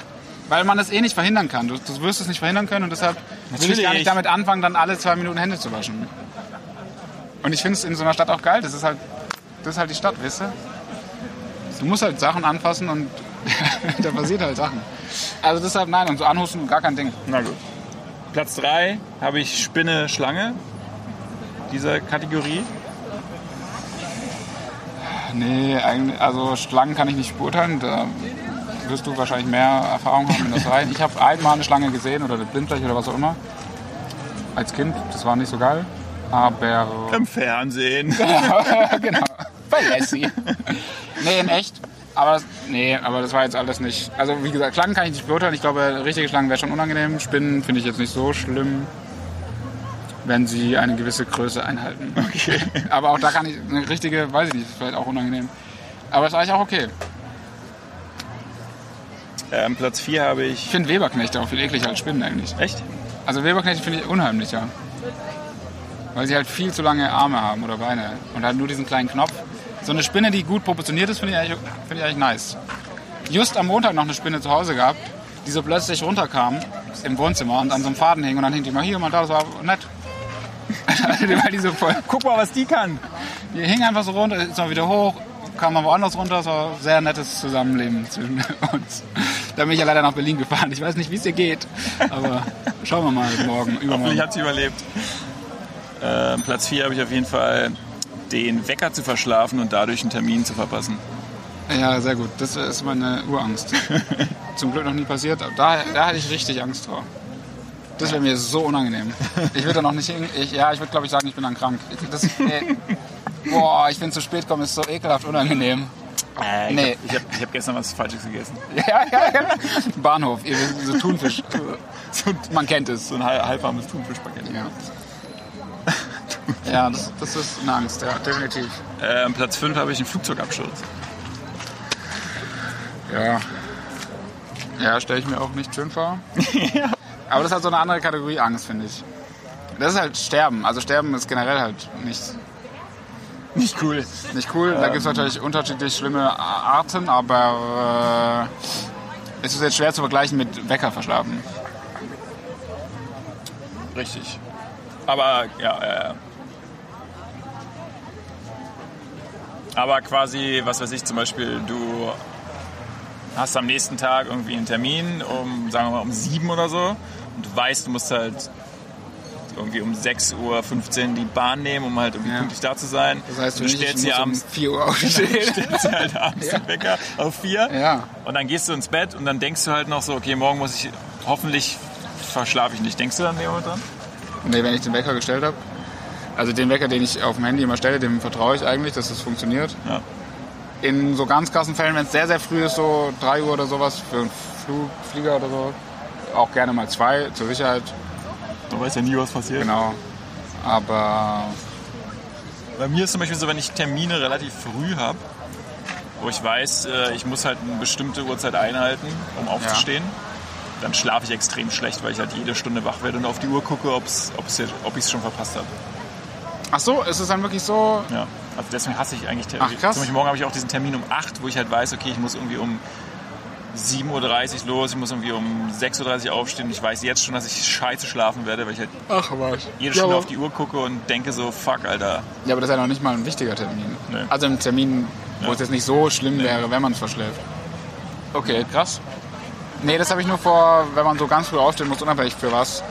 Weil man das eh nicht verhindern kann. Du, du wirst es nicht verhindern können und deshalb will ich gar
Natürlich.
nicht damit anfangen, dann alle zwei Minuten Hände zu waschen. Und ich finde es in so einer Stadt auch geil. Das ist halt, das ist halt die Stadt, weißt du? Du musst halt Sachen anfassen und [laughs] da passiert halt Sachen. Also deshalb nein, und so anhusten, gar kein Ding.
Na gut. Platz 3 habe ich Spinne, Schlange dieser Kategorie.
Nee, eigentlich, also Schlangen kann ich nicht beurteilen. Da wirst du wahrscheinlich mehr Erfahrung haben in das rein. Ich habe einmal eine Schlange gesehen oder eine Blindfläche oder was auch immer. Als Kind, das war nicht so geil. Aber [laughs]
Im Fernsehen.
genau, bei Lassie. Nee, in echt. Aber das, nee, aber das war jetzt alles nicht. Also wie gesagt, Schlangen kann ich nicht beurteilen. Ich glaube, richtige Schlangen wäre schon unangenehm. Spinnen finde ich jetzt nicht so schlimm, wenn sie eine gewisse Größe einhalten.
Okay.
Aber auch da kann ich eine richtige, weiß ich nicht, ist vielleicht auch unangenehm. Aber ist eigentlich auch okay.
Ähm, Platz 4 habe
Ich
ich.
finde Weberknechte auch viel ekliger als Spinnen eigentlich.
Echt?
Also Weberknechte finde ich unheimlicher. Weil sie halt viel zu lange Arme haben oder Beine und halt nur diesen kleinen Knopf. So eine Spinne, die gut proportioniert ist, finde ich, eigentlich- finde ich eigentlich nice. Just am Montag noch eine Spinne zu Hause gehabt, die so plötzlich runterkam im Wohnzimmer und an so einem Faden hing und dann hing die mal hier, mal da, das war nett. [laughs] Weil die so voll
Guck mal, was die kann.
die hing einfach so runter, ist mal wieder hoch, kam dann woanders runter. Es war ein sehr nettes Zusammenleben zwischen [laughs] uns. Da bin ich ja leider nach Berlin gefahren. Ich weiß nicht, wie es dir geht, aber schauen wir mal morgen,
Hoffentlich
übermorgen.
hat sie überlebt. Ähm, Platz 4 habe ich auf jeden Fall den Wecker zu verschlafen und dadurch einen Termin zu verpassen.
Ja, sehr gut. Das ist meine Urangst. Zum Glück noch nie passiert. aber Da, da hatte ich richtig Angst vor. Das wäre mir so unangenehm. Ich würde da noch nicht hin. Ich, ja, ich würde, glaube ich, sagen, ich bin dann krank. Das, nee. Boah, ich bin zu spät gekommen, ist so ekelhaft unangenehm. [laughs]
Äh, ich
Nee.
habe ich hab, ich hab gestern was Falsches gegessen.
Ja, ja, ja. Bahnhof, ihr wisst, so Thunfisch.
So ein,
Man kennt es.
so ein halb- halbwarmes Thunfischpaket.
Ja. [laughs] ja, das, das ist eine Angst, ja, definitiv.
Ähm, Platz 5 habe ich einen Flugzeugabsturz.
Ja. Ja, stelle ich mir auch nicht schön vor. Aber das ist halt so eine andere Kategorie Angst, finde ich. Das ist halt Sterben. Also Sterben ist generell halt nicht,
Nicht cool.
nicht cool. Da gibt es natürlich unterschiedlich schlimme Arten, aber äh, es ist jetzt schwer zu vergleichen mit Wecker verschlafen.
Richtig. Aber ja, ja, ja. Aber quasi, was weiß ich, zum Beispiel, du hast am nächsten Tag irgendwie einen Termin, um, sagen wir mal, um sieben oder so. Und du weißt, du musst halt irgendwie um 6.15 Uhr die Bahn nehmen, um halt irgendwie
Ja.
pünktlich da zu sein.
Das heißt,
Und
du,
du
nicht, ich
stellst dir
muss
abends
um 4 Uhr aufstehen.
stellst dir halt abends den Wecker auf vier.
Ja.
Und dann gehst du ins Bett und dann denkst du halt noch so, okay, morgen muss ich, hoffentlich verschlafe ich nicht. Denkst du dann in dem Moment dran?
Nee, wenn ich den Wecker gestellt habe. Also den Wecker, den ich auf dem Handy immer stelle, dem vertraue ich eigentlich, dass das funktioniert.
Ja.
In so ganz krassen Fällen, wenn es sehr, sehr früh ist, so 3 Uhr oder sowas, für einen Flug, Flieger oder so, auch gerne mal zwei zur Sicherheit,
Du weißt ja nie, was passiert.
genau. Aber
Bei mir ist zum Beispiel so, wenn ich Termine relativ früh habe, wo ich weiß, äh, ich muss halt eine bestimmte Uhrzeit einhalten, um aufzustehen, dann schlafe ich extrem schlecht, weil ich halt jede Stunde wach werde und auf die Uhr gucke, ob's, ob's jetzt, ob ich es schon verpasst habe.
ach so, ist es dann wirklich so?
Ja. Also deswegen hasse ich eigentlich Termine.
Ach, krass.
Zum Beispiel morgen habe ich auch diesen Termin um 8, wo ich halt weiß, okay, ich muss irgendwie um 7.30 Uhr los, ich muss irgendwie um 6.30 Uhr aufstehen und ich weiß jetzt schon, dass ich scheiße schlafen werde, weil ich halt
Ach was.
jede
ja,
Stunde
aber,
auf die Uhr gucke und denke so, fuck, Alter.
ja, aber das ist ja noch nicht mal ein wichtiger Termin.
Nee.
Also ein Termin, wo
Ja.
es jetzt nicht so schlimm wäre, wenn man es verschläft. Okay, krass. Nee, das habe ich nur vor, wenn man so ganz früh aufstehen muss, unabhängig für was,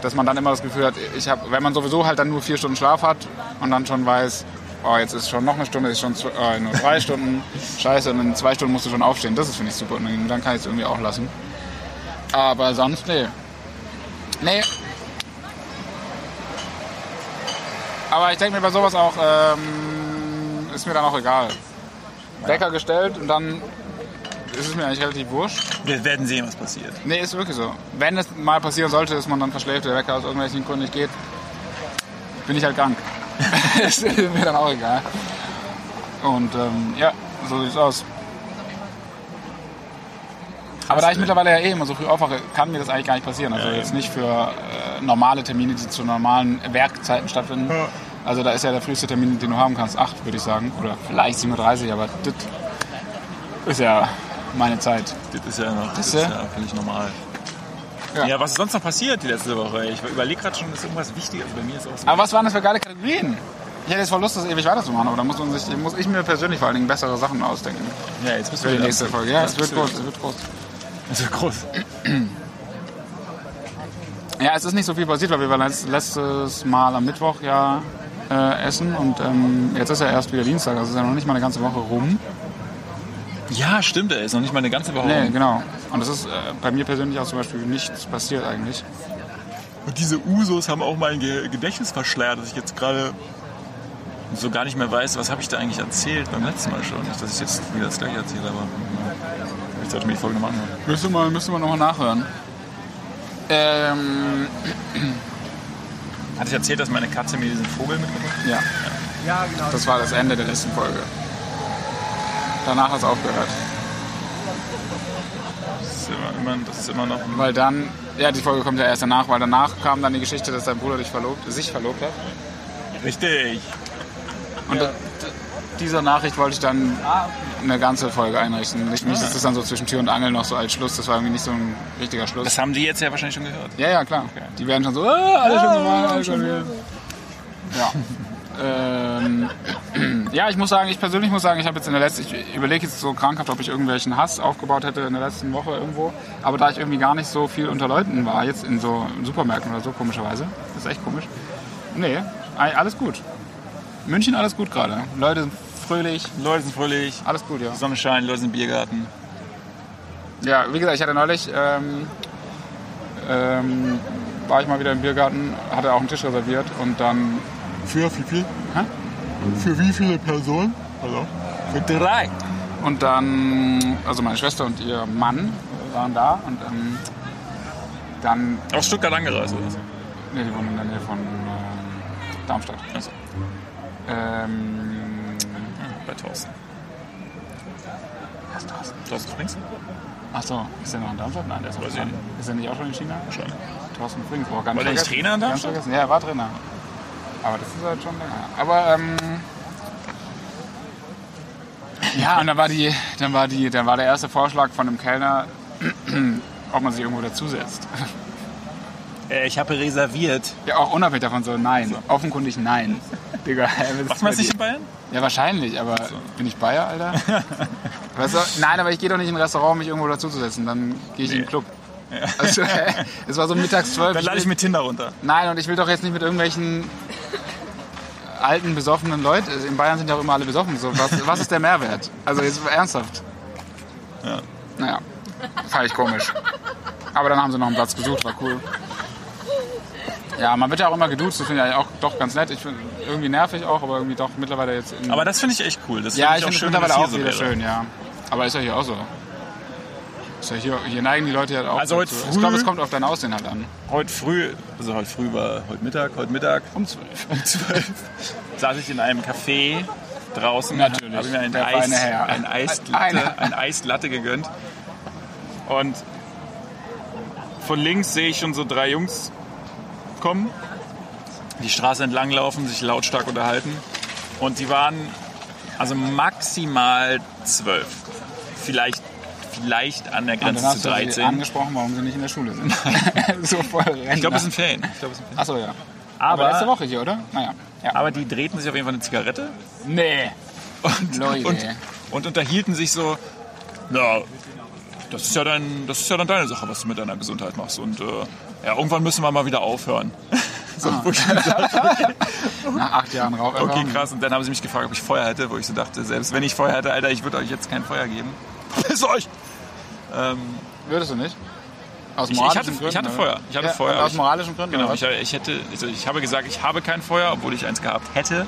dass man dann immer das Gefühl hat, ich hab, wenn man sowieso halt dann nur vier Stunden Schlaf hat und dann schon weiß, oh, jetzt ist schon noch eine Stunde, ist schon zw- äh, nur drei Stunden, scheiße, und in zwei Stunden musst du schon aufstehen. Das ist, finde ich, super unangenehm. Dann kann ich es irgendwie auch lassen. Aber sonst, nee. Nee. Aber ich denke mir bei sowas auch, ähm, ist mir dann auch egal. Wecker gestellt und dann ist es mir eigentlich relativ wurscht.
Wir werden sehen, was passiert.
Nee, ist wirklich so. Wenn es mal passieren sollte, dass man dann verschläft, der Wecker aus irgendwelchen Gründen nicht geht, bin ich halt krank. [laughs] ist mir dann auch egal. Und ähm, ja, so sieht's aus. Aber da ich
ey.
mittlerweile ja eh immer so früh aufwache, kann mir das eigentlich gar nicht passieren. Also
Ja,
jetzt
eben.
nicht für äh, normale Termine, die zu normalen Werkzeiten stattfinden.
Ja.
Also da ist ja der früheste Termin, den du haben kannst, 8 würde ich sagen. Oder vielleicht 7.30 Uhr, aber das ist ja meine Zeit.
Das ist ja noch das ist
du?
ja völlig normal.
Ja.
Ja. was ist sonst noch passiert die letzte Woche? Ich überlege gerade schon, ist irgendwas wichtig? Also bei mir ist auch so.
Aber was waren das für geile Kategorien? Ich hätte jetzt voll Lust, das ewig weiterzumachen, aber da muss, man sich, muss ich mir persönlich vor allen Dingen bessere Sachen ausdenken.
ja, jetzt bist
Für die
wieder-
nächste Folge. Ja,
jetzt
es wird
bist du-
groß, es wird groß.
Es wird groß.
Ja, es ist nicht so viel passiert, weil wir waren letzt- letztes Mal am Mittwoch ja äh, essen und ähm, jetzt ist ja erst wieder Dienstag, also ist ja noch nicht mal eine ganze Woche rum.
Ja, stimmt, ey. Ist noch nicht mal eine ganze Woche.
Nee,
rum.
genau. Und es ist äh, bei mir persönlich auch zum Beispiel nichts passiert eigentlich.
Und diese Usos haben auch mein Ge Gedächtnis verschleiert, dass ich jetzt gerade so gar nicht mehr weiß, was habe ich da eigentlich erzählt beim letzten Mal schon. Nicht, dass ich jetzt wieder das gleiche erzähle, aber hm, ich sollte mir die Folge machen.
Müsste man, müsste man nochmal nachhören. Ähm,
Hatte ich erzählt, dass meine Katze mir diesen Vogel mitgebracht hat?
ja. Das war das Ende der letzten Folge. Danach hat es aufgehört.
Das ist immer, immer, das ist immer noch ein
Weil dann, ja, die Folge kommt ja erst danach, weil danach kam dann die Geschichte, dass dein Bruder dich verlobt, sich verlobt hat.
Richtig.
Und d- d- dieser Nachricht wollte ich dann eine ganze Folge einrichten. Nicht, nicht, dass das dann so zwischen Tür und Angel noch so als Schluss, das war irgendwie nicht so ein richtiger Schluss.
Das haben die jetzt ja wahrscheinlich schon gehört.
Ja, ja, klar. Die werden schon so, äh, alle schon gemacht, alle schon wieder. Ja. [clears throat] ähm, [clears throat] ja, ich muss sagen, ich persönlich muss sagen, ich habe jetzt in der letzten, ich überlege jetzt so krankhaft, ob ich irgendwelchen Hass aufgebaut hätte in der letzten Woche irgendwo. Aber da ich irgendwie gar nicht so viel unter Leuten war, jetzt in so Supermärkten oder so, komischerweise, das ist echt komisch. Nee, ei- alles gut. München alles gut gerade. Leute sind fröhlich,
Leute sind fröhlich,
alles gut, ja.
die Sonne scheint, Leute sind im Biergarten.
Ja, wie gesagt, ich hatte neulich, ähm, ähm, war ich mal wieder im Biergarten, hatte auch einen Tisch reserviert und dann,
Für wie viel?
Hä?
Für wie viele Personen? Hallo? Für drei.
und dann, also meine Schwester und ihr Mann waren da und ähm, dann,
Aus Stuttgart angereist oder so.
ne, die wohnen in der Nähe von ähm, Darmstadt.
Also,
Ähm,
bei Thorsten.
was ist das?
Thorsten Springs?
Ach so, ist der noch in Darmstadt? Nein, der ist
Weiß
in
ich nicht.
Ist der nicht auch schon in China?
Wahrscheinlich.
Thorsten Frings, boah, ganz
War der nicht
vergessen.
Trainer in
Ganz
Darmstadt?
vergessen. Ja, er war Trainer. Aber das ist halt schon länger. Aber ähm, ja, und dann war die, dann war die, dann war der erste Vorschlag von dem Kellner, [clears throat] ob man sich irgendwo dazusetzt.
Äh, ich habe reserviert.
Ja, auch unabhängig davon so, nein. Offenkundig
[laughs]
nein. Digga, hä, was ist
Macht
bei
man es nicht
dir?
in Bayern?
Ja, wahrscheinlich, aber bin ich Bayer,
[laughs]
Alter? weißt du, nein, aber ich gehe doch nicht in ein Restaurant, um mich irgendwo dazuzusetzen. Dann gehe ich in den Club. Also, es war so mittags zwölf.
Dann lade ich mit Tinder runter.
Nein, und ich will doch jetzt nicht mit irgendwelchen alten, besoffenen Leuten. also In Bayern sind ja auch immer alle besoffen. So, was, was ist der Mehrwert? Also jetzt mal ernsthaft.
Ja.
Naja, fand ich komisch. Aber dann haben sie noch einen Platz gesucht, war cool. Ja, man wird ja auch immer geduzt, das finde ich eigentlich auch doch ganz nett. Ich finde irgendwie nervig auch, aber irgendwie doch mittlerweile jetzt in.
Aber das finde ich echt cool. Das
ja, ich
finde
finde es
ich auch schön, wenn
mittlerweile
das
auch
hier so
wieder
wäre.
schön, ja. Aber ist ja hier auch so. Ist ja hier, hier neigen die Leute ja auch.
Also heute
dazu. ich
früh-
glaube, es kommt auf dein Aussehen halt an.
Heute früh, also heute früh war heute Mittag, heute Mittag
Um zwölf.
um 12 saß ich in einem Café draußen.
Natürlich,
Habe mir einen
der feine
Eis,
Herr.
ein
Einer.
Eislatte, ein Eislatte gegönnt. Und von links sehe ich schon so drei Jungs kommen, die Straße entlang laufen, sich lautstark unterhalten. Und die waren also maximal zwölf. Vielleicht, vielleicht an der
Und dann
Grenze
hast
zu
du sie
13.
angesprochen, warum sie nicht in der Schule
[laughs]
sind. so voll Rentner.
Ich glaube, es sind Ferien. Ich glaub, es sind Ferien.
Achso, ja. Aber,
Aber-
letzte Woche hier, oder? Naja. Ja.
Aber die drehten sich auf jeden Fall eine Zigarette
nee.
und,
Leute.
und, und unterhielten sich so, na, das ist, ja dein, das ist ja dann deine Sache, was du mit deiner Gesundheit machst. Und äh, ja, irgendwann müssen wir mal wieder aufhören. [laughs] so, wo ich mir dachte,
Nach acht Jahren Rauch.
okay, krass. Und dann haben sie mich gefragt, ob ich Feuer hätte, wo ich so dachte, selbst wenn ich Feuer hätte, Alter, ich würde euch jetzt kein Feuer geben. Piss euch! Ähm,
Würdest du nicht? Aus
Ich- ich
moralischen
hatte- ich
Gründen.
hatte
oder?
Feuer. Ich hatte
ja,
Feuer,
und
aber
Aus
ich-
moralischen Gründen.
genau,
oder
ich, ich, hätte, also ich habe gesagt, ich habe kein Feuer, obwohl ich eins gehabt hätte,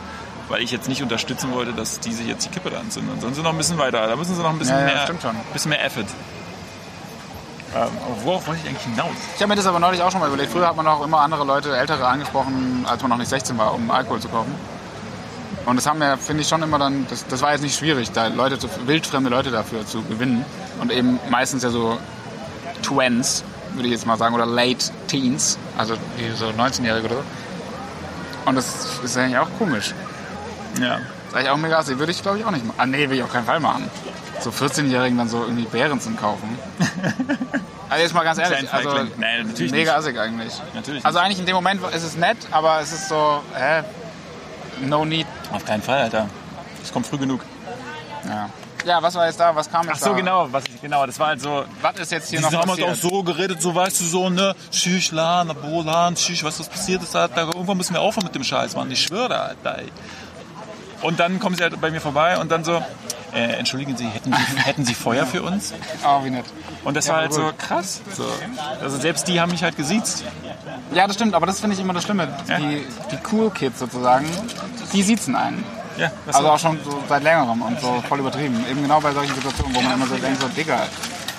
weil ich jetzt nicht unterstützen wollte, dass die sich jetzt die Kippe da anzünden. Und sonst sind sie noch ein bisschen weiter. Da müssen sie noch ein bisschen,
Ja, ja,
mehr,
stimmt schon.
bisschen mehr Effort.
was?
Ähm, aber worauf wollte ich eigentlich hinaus?
Ich habe mir das aber neulich auch schon mal überlegt. Früher hat man auch immer andere Leute, ältere, angesprochen, als man noch nicht 16 war, um Alkohol zu kaufen. Und das haben wir, finde ich, schon immer dann, das, das war jetzt nicht schwierig, da Leute zu, wildfremde Leute dafür zu gewinnen. Und eben meistens ja so Twins, würde ich jetzt mal sagen, oder Late Teens, also die so 19-Jährige oder so. Und das ist eigentlich auch komisch.
Ja.
Das ist eigentlich auch mega assi. Würde ich, glaube ich, auch nicht machen. Ah, nee, will ich auf keinen Fall machen. So 14-Jährigen dann so irgendwie Bärensen
[laughs]
kaufen. Also jetzt mal ganz ehrlich,
Kleinen
also
Feigling. Nee, natürlich
mega
nicht.
assig eigentlich.
Natürlich
Also eigentlich in dem Moment ist es nett, aber es ist so, hä, no need.
Auf keinen Fall, Alter. Es kommt früh genug.
Ja. ja, was war jetzt da, was kam jetzt
Ach so,
da?
genau, was ich, genau, das war halt so.
Was ist jetzt hier
Die
noch
haben halt
passiert?
auch so geredet, so weißt du so, ne, Schisch, Lan, Bolan, Schisch, was was passiert ist, Alter, irgendwann müssen wir aufhören mit dem Scheiß, Mann, ich schwöre, Alter. Ey. Und dann kommen sie halt bei mir vorbei und dann so, äh, entschuldigen Sie, hätten Sie, [laughs] hätten sie Feuer für uns?
Oh, wie nett.
Und das war halt so krass. So. Also selbst die haben mich halt gesiezt.
Ja, das stimmt, aber das finde ich immer das Schlimme.
Ja.
Die, die Cool Kids sozusagen, die siezen einen.
Ja, das
Also
war-
auch schon so seit längerem und so voll übertrieben. Eben genau bei solchen Situationen, wo man immer so denkt, so, Digga,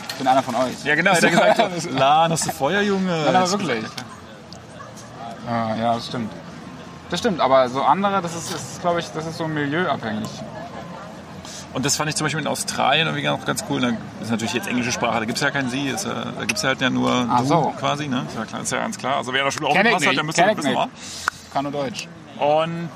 ich bin einer von euch.
ja genau, hat er gesagt, so, [laughs] Lan, hast du Feuer, Junge?
Nein, aber wirklich. Ah, ja, das stimmt. Das stimmt, aber so andere, das ist, ist glaube ich, das ist so milieuabhängig.
Und das fand ich zum Beispiel in Australien irgendwie auch ganz cool. Da ist natürlich jetzt englische Sprache, da gibt es ja kein Sie, ist, äh, da gibt es halt ja nur
Ach
Du
so.
quasi, ne? Ist ja, klar, ist ja ganz klar. Also wer da schon
Kenn ich
aufgepasst hat,
nicht,
der müsste das
kenn ich
wissen, wa?
Kann nur Deutsch.
Und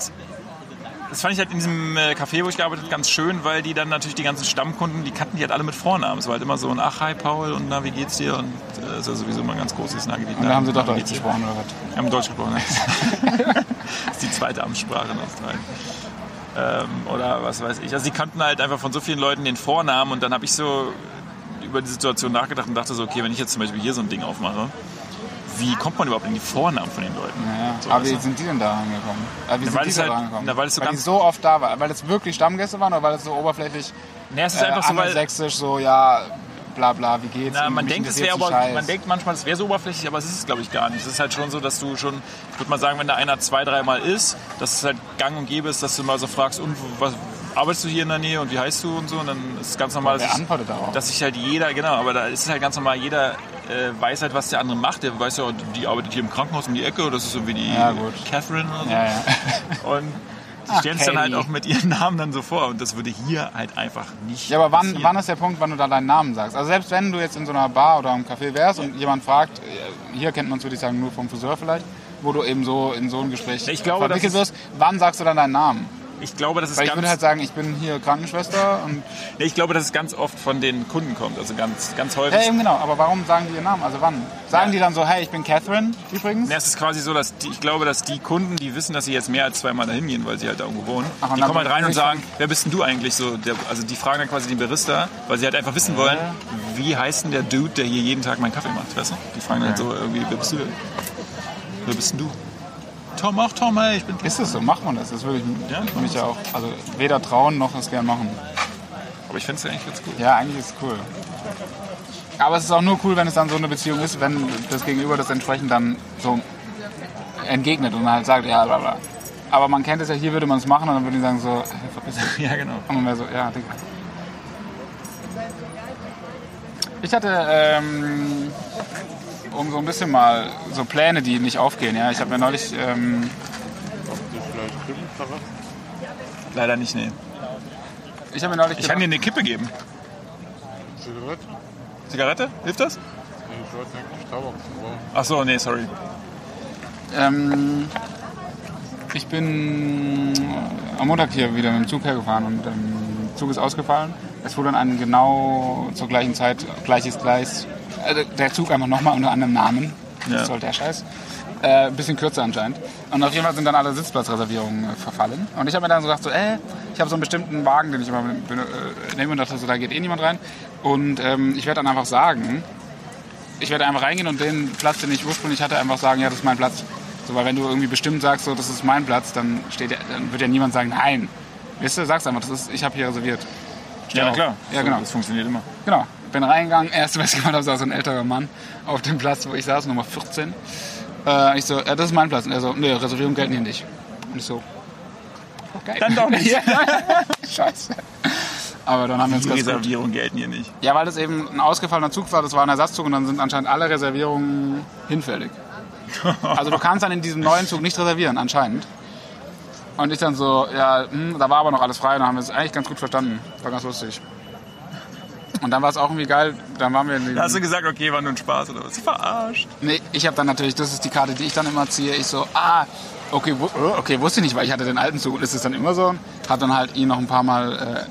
das fand ich halt in diesem äh, Café, wo ich gearbeitet habe, ganz schön, weil die dann natürlich die ganzen Stammkunden, die kannten die halt alle mit Vornamen. Es war halt immer so ein Ach, hi Paul und na, wie geht's dir? Und äh, ist ja sowieso immer ein ganz großes Nahgebiet.
Und da haben sie doch
Na, wie
Deutsch
geht's dir?
gesprochen, oder was?
Wir haben Deutsch gesprochen. ne? [laughs] das ist die zweite Amtssprache in Australien. Ähm, oder was weiß ich. Also die kannten halt einfach von so vielen Leuten den Vornamen und dann habe ich so über die Situation nachgedacht und dachte so, okay, wenn ich jetzt zum Beispiel hier so ein Ding aufmache, wie kommt man überhaupt in die Vornamen von den Leuten?
Ja,
So,
aber
weißt
wie
du?
sind die denn da angekommen? Äh, wie sind
weil
die
es
da
halt-
angekommen?
na, weil es so
die
ganz-
so oft da war, weil es wirklich Stammgäste waren oder weil es so oberflächlich
Nee, es ist
äh,
einfach so, weil,
angelsächsisch so, ja, bla bla, wie geht's?
Na,
Und
man
mich
denkt, es wäre
interessiert
aber,
so Scheiß.
man denkt manchmal, es wäre so oberflächlich, aber es ist es, glaube ich, gar nicht. Es ist halt schon so, dass du schon, ich würde mal sagen, wenn da einer zwei, dreimal ist, dass es halt gang und gäbe ist, dass du mal so fragst, und was, arbeitest du hier in der Nähe und wie heißt du und so, und dann ist es ganz normal,
Wer
dass, ich,
antwortet darauf?
dass sich halt jeder, genau, aber da ist es halt ganz normal, jeder äh, weiß halt, was der andere macht. Der weiß ja, die arbeitet hier im Krankenhaus um die Ecke, oder das ist so wie die
Ja, gut.
Catherine oder so.
ja, ja.
Und die
Ach,
stellen es dann halt
Katie.
auch mit ihren [laughs] Namen dann so vor, und das würde hier halt einfach nicht
Ja, aber wann,
passieren.
wann ist der Punkt, wann du da deinen Namen sagst? Also selbst wenn du jetzt in so einer Bar oder einem Café wärst und jemand fragt, äh, hier kennt man es, würde ich sagen, nur vom Friseur vielleicht, wo du eben so in so ein Gespräch
Ich glaube,
verwickelt
das
wirst, wann sagst du dann deinen Namen?
ich glaube, das ist
Weil ich
ganz...
würde halt sagen, ich bin hier Krankenschwester und...
Nee, ich glaube, dass es ganz oft von den Kunden kommt. Also ganz, ganz häufig.
Ja, eben genau, aber warum sagen die ihren Namen? Also wann? Sagen
Ja.
die dann so, hey, ich bin Catherine übrigens?
Nee, es ist quasi so, dass die, ich glaube, dass die Kunden, die wissen, dass sie jetzt mehr als zweimal dahin gehen, weil sie halt da irgendwo wohnen,
Ach, und
die
dann
kommen halt rein und
nicht
sagen, wer bist denn du eigentlich? So, der, also die fragen dann quasi den Barista, weil sie halt einfach wissen wollen, wie heißt denn der Dude, der hier jeden Tag meinen Kaffee macht, weißt du? Die fragen halt so irgendwie, wer bist du denn? Wer bist denn du? Tom, ach Tom, ey, ich bin Tom.
Ist es so? Macht man das? Das würde ich
Ja,
mich ja auch... Also weder trauen, noch es gern machen.
Aber ich find's ja eigentlich ganz cool.
Ja, eigentlich ist es cool. Aber es ist auch nur cool, wenn es dann so eine Beziehung ist, wenn das Gegenüber das entsprechend dann so entgegnet und halt sagt, ja, bla bla. Aber man kennt es ja, hier würde man es machen und dann würden die sagen so, hey, verpiss dich.
Ja, genau.
Und man wäre so, [laughs] ja, Digga. Ich hatte, ähm, um so ein bisschen mal so Pläne, die nicht aufgehen, ja. Ich habe mir neulich, ähm,
Leider nicht, nee.
ich habe mir neulich
Ich kann dir eine Kippe geben.
Zigarette?
Zigarette? Hilft das?
Ich wollte eigentlich Tabak rauchen.
Ach so, nee, sorry.
Ähm, ich bin am Montag hier wieder mit dem Zug hergefahren und ähm, der Zug ist ausgefallen. Es fuhr dann an genau zur gleichen Zeit, gleiches Gleis, also der Zug einfach nochmal unter anderem Namen.
Ja.
Was soll der Scheiß? Äh, ein bisschen kürzer anscheinend. Und auf jeden Fall sind dann alle Sitzplatzreservierungen äh, verfallen. Und ich habe mir dann so gedacht, so, äh, ich habe so einen bestimmten Wagen, den ich immer ben- äh, nehme und dachte, so, da geht eh niemand rein. Und ähm, ich werde dann einfach sagen, ich werde einfach reingehen und den Platz, den ich ursprünglich hatte, einfach sagen, ja, das ist mein Platz. So, weil wenn du irgendwie bestimmt sagst, so, das ist mein Platz, dann, steht, ja- dann wird ja niemand sagen, nein. Weißt du, sag's einfach, das ist, ich habe hier reserviert. Steh
Ja,
auf.
klar.
Ja, genau.
Das funktioniert immer.
Genau. Bin reingegangen, [laughs] erst was ich gemacht habe, saß so ein älterer Mann auf dem Platz, wo ich saß, Nummer 14. Äh, ich so, ja, das ist mein Platz. Und er so, nee, Reservierung gelten hier nicht. Und ich so, okay. [laughs]
Dann doch nicht.
Ja. Scheiße. Aber dann haben wir uns
Die
ganz gut.
Reservierungen gelten hier nicht.
Ja, weil das eben ein ausgefallener Zug war, das war ein Ersatzzug und dann sind anscheinend alle Reservierungen hinfällig. Also du kannst dann in diesem neuen Zug nicht reservieren, anscheinend. Und ich dann so, ja, hm, da war aber noch alles frei und dann haben wir es eigentlich ganz gut verstanden. War ganz lustig. Und dann war es auch irgendwie geil, dann waren wir in
Da hast
diesem,
du gesagt, okay, war nur ein Spaß oder was? Verarscht.
Nee, ich habe dann natürlich, das ist die Karte, die ich dann immer ziehe. Ich so, ah, okay, wu- oh, okay, wusste ich nicht, weil ich hatte den alten Zug und ist es dann immer so. Hat dann halt ihn noch ein paar Mal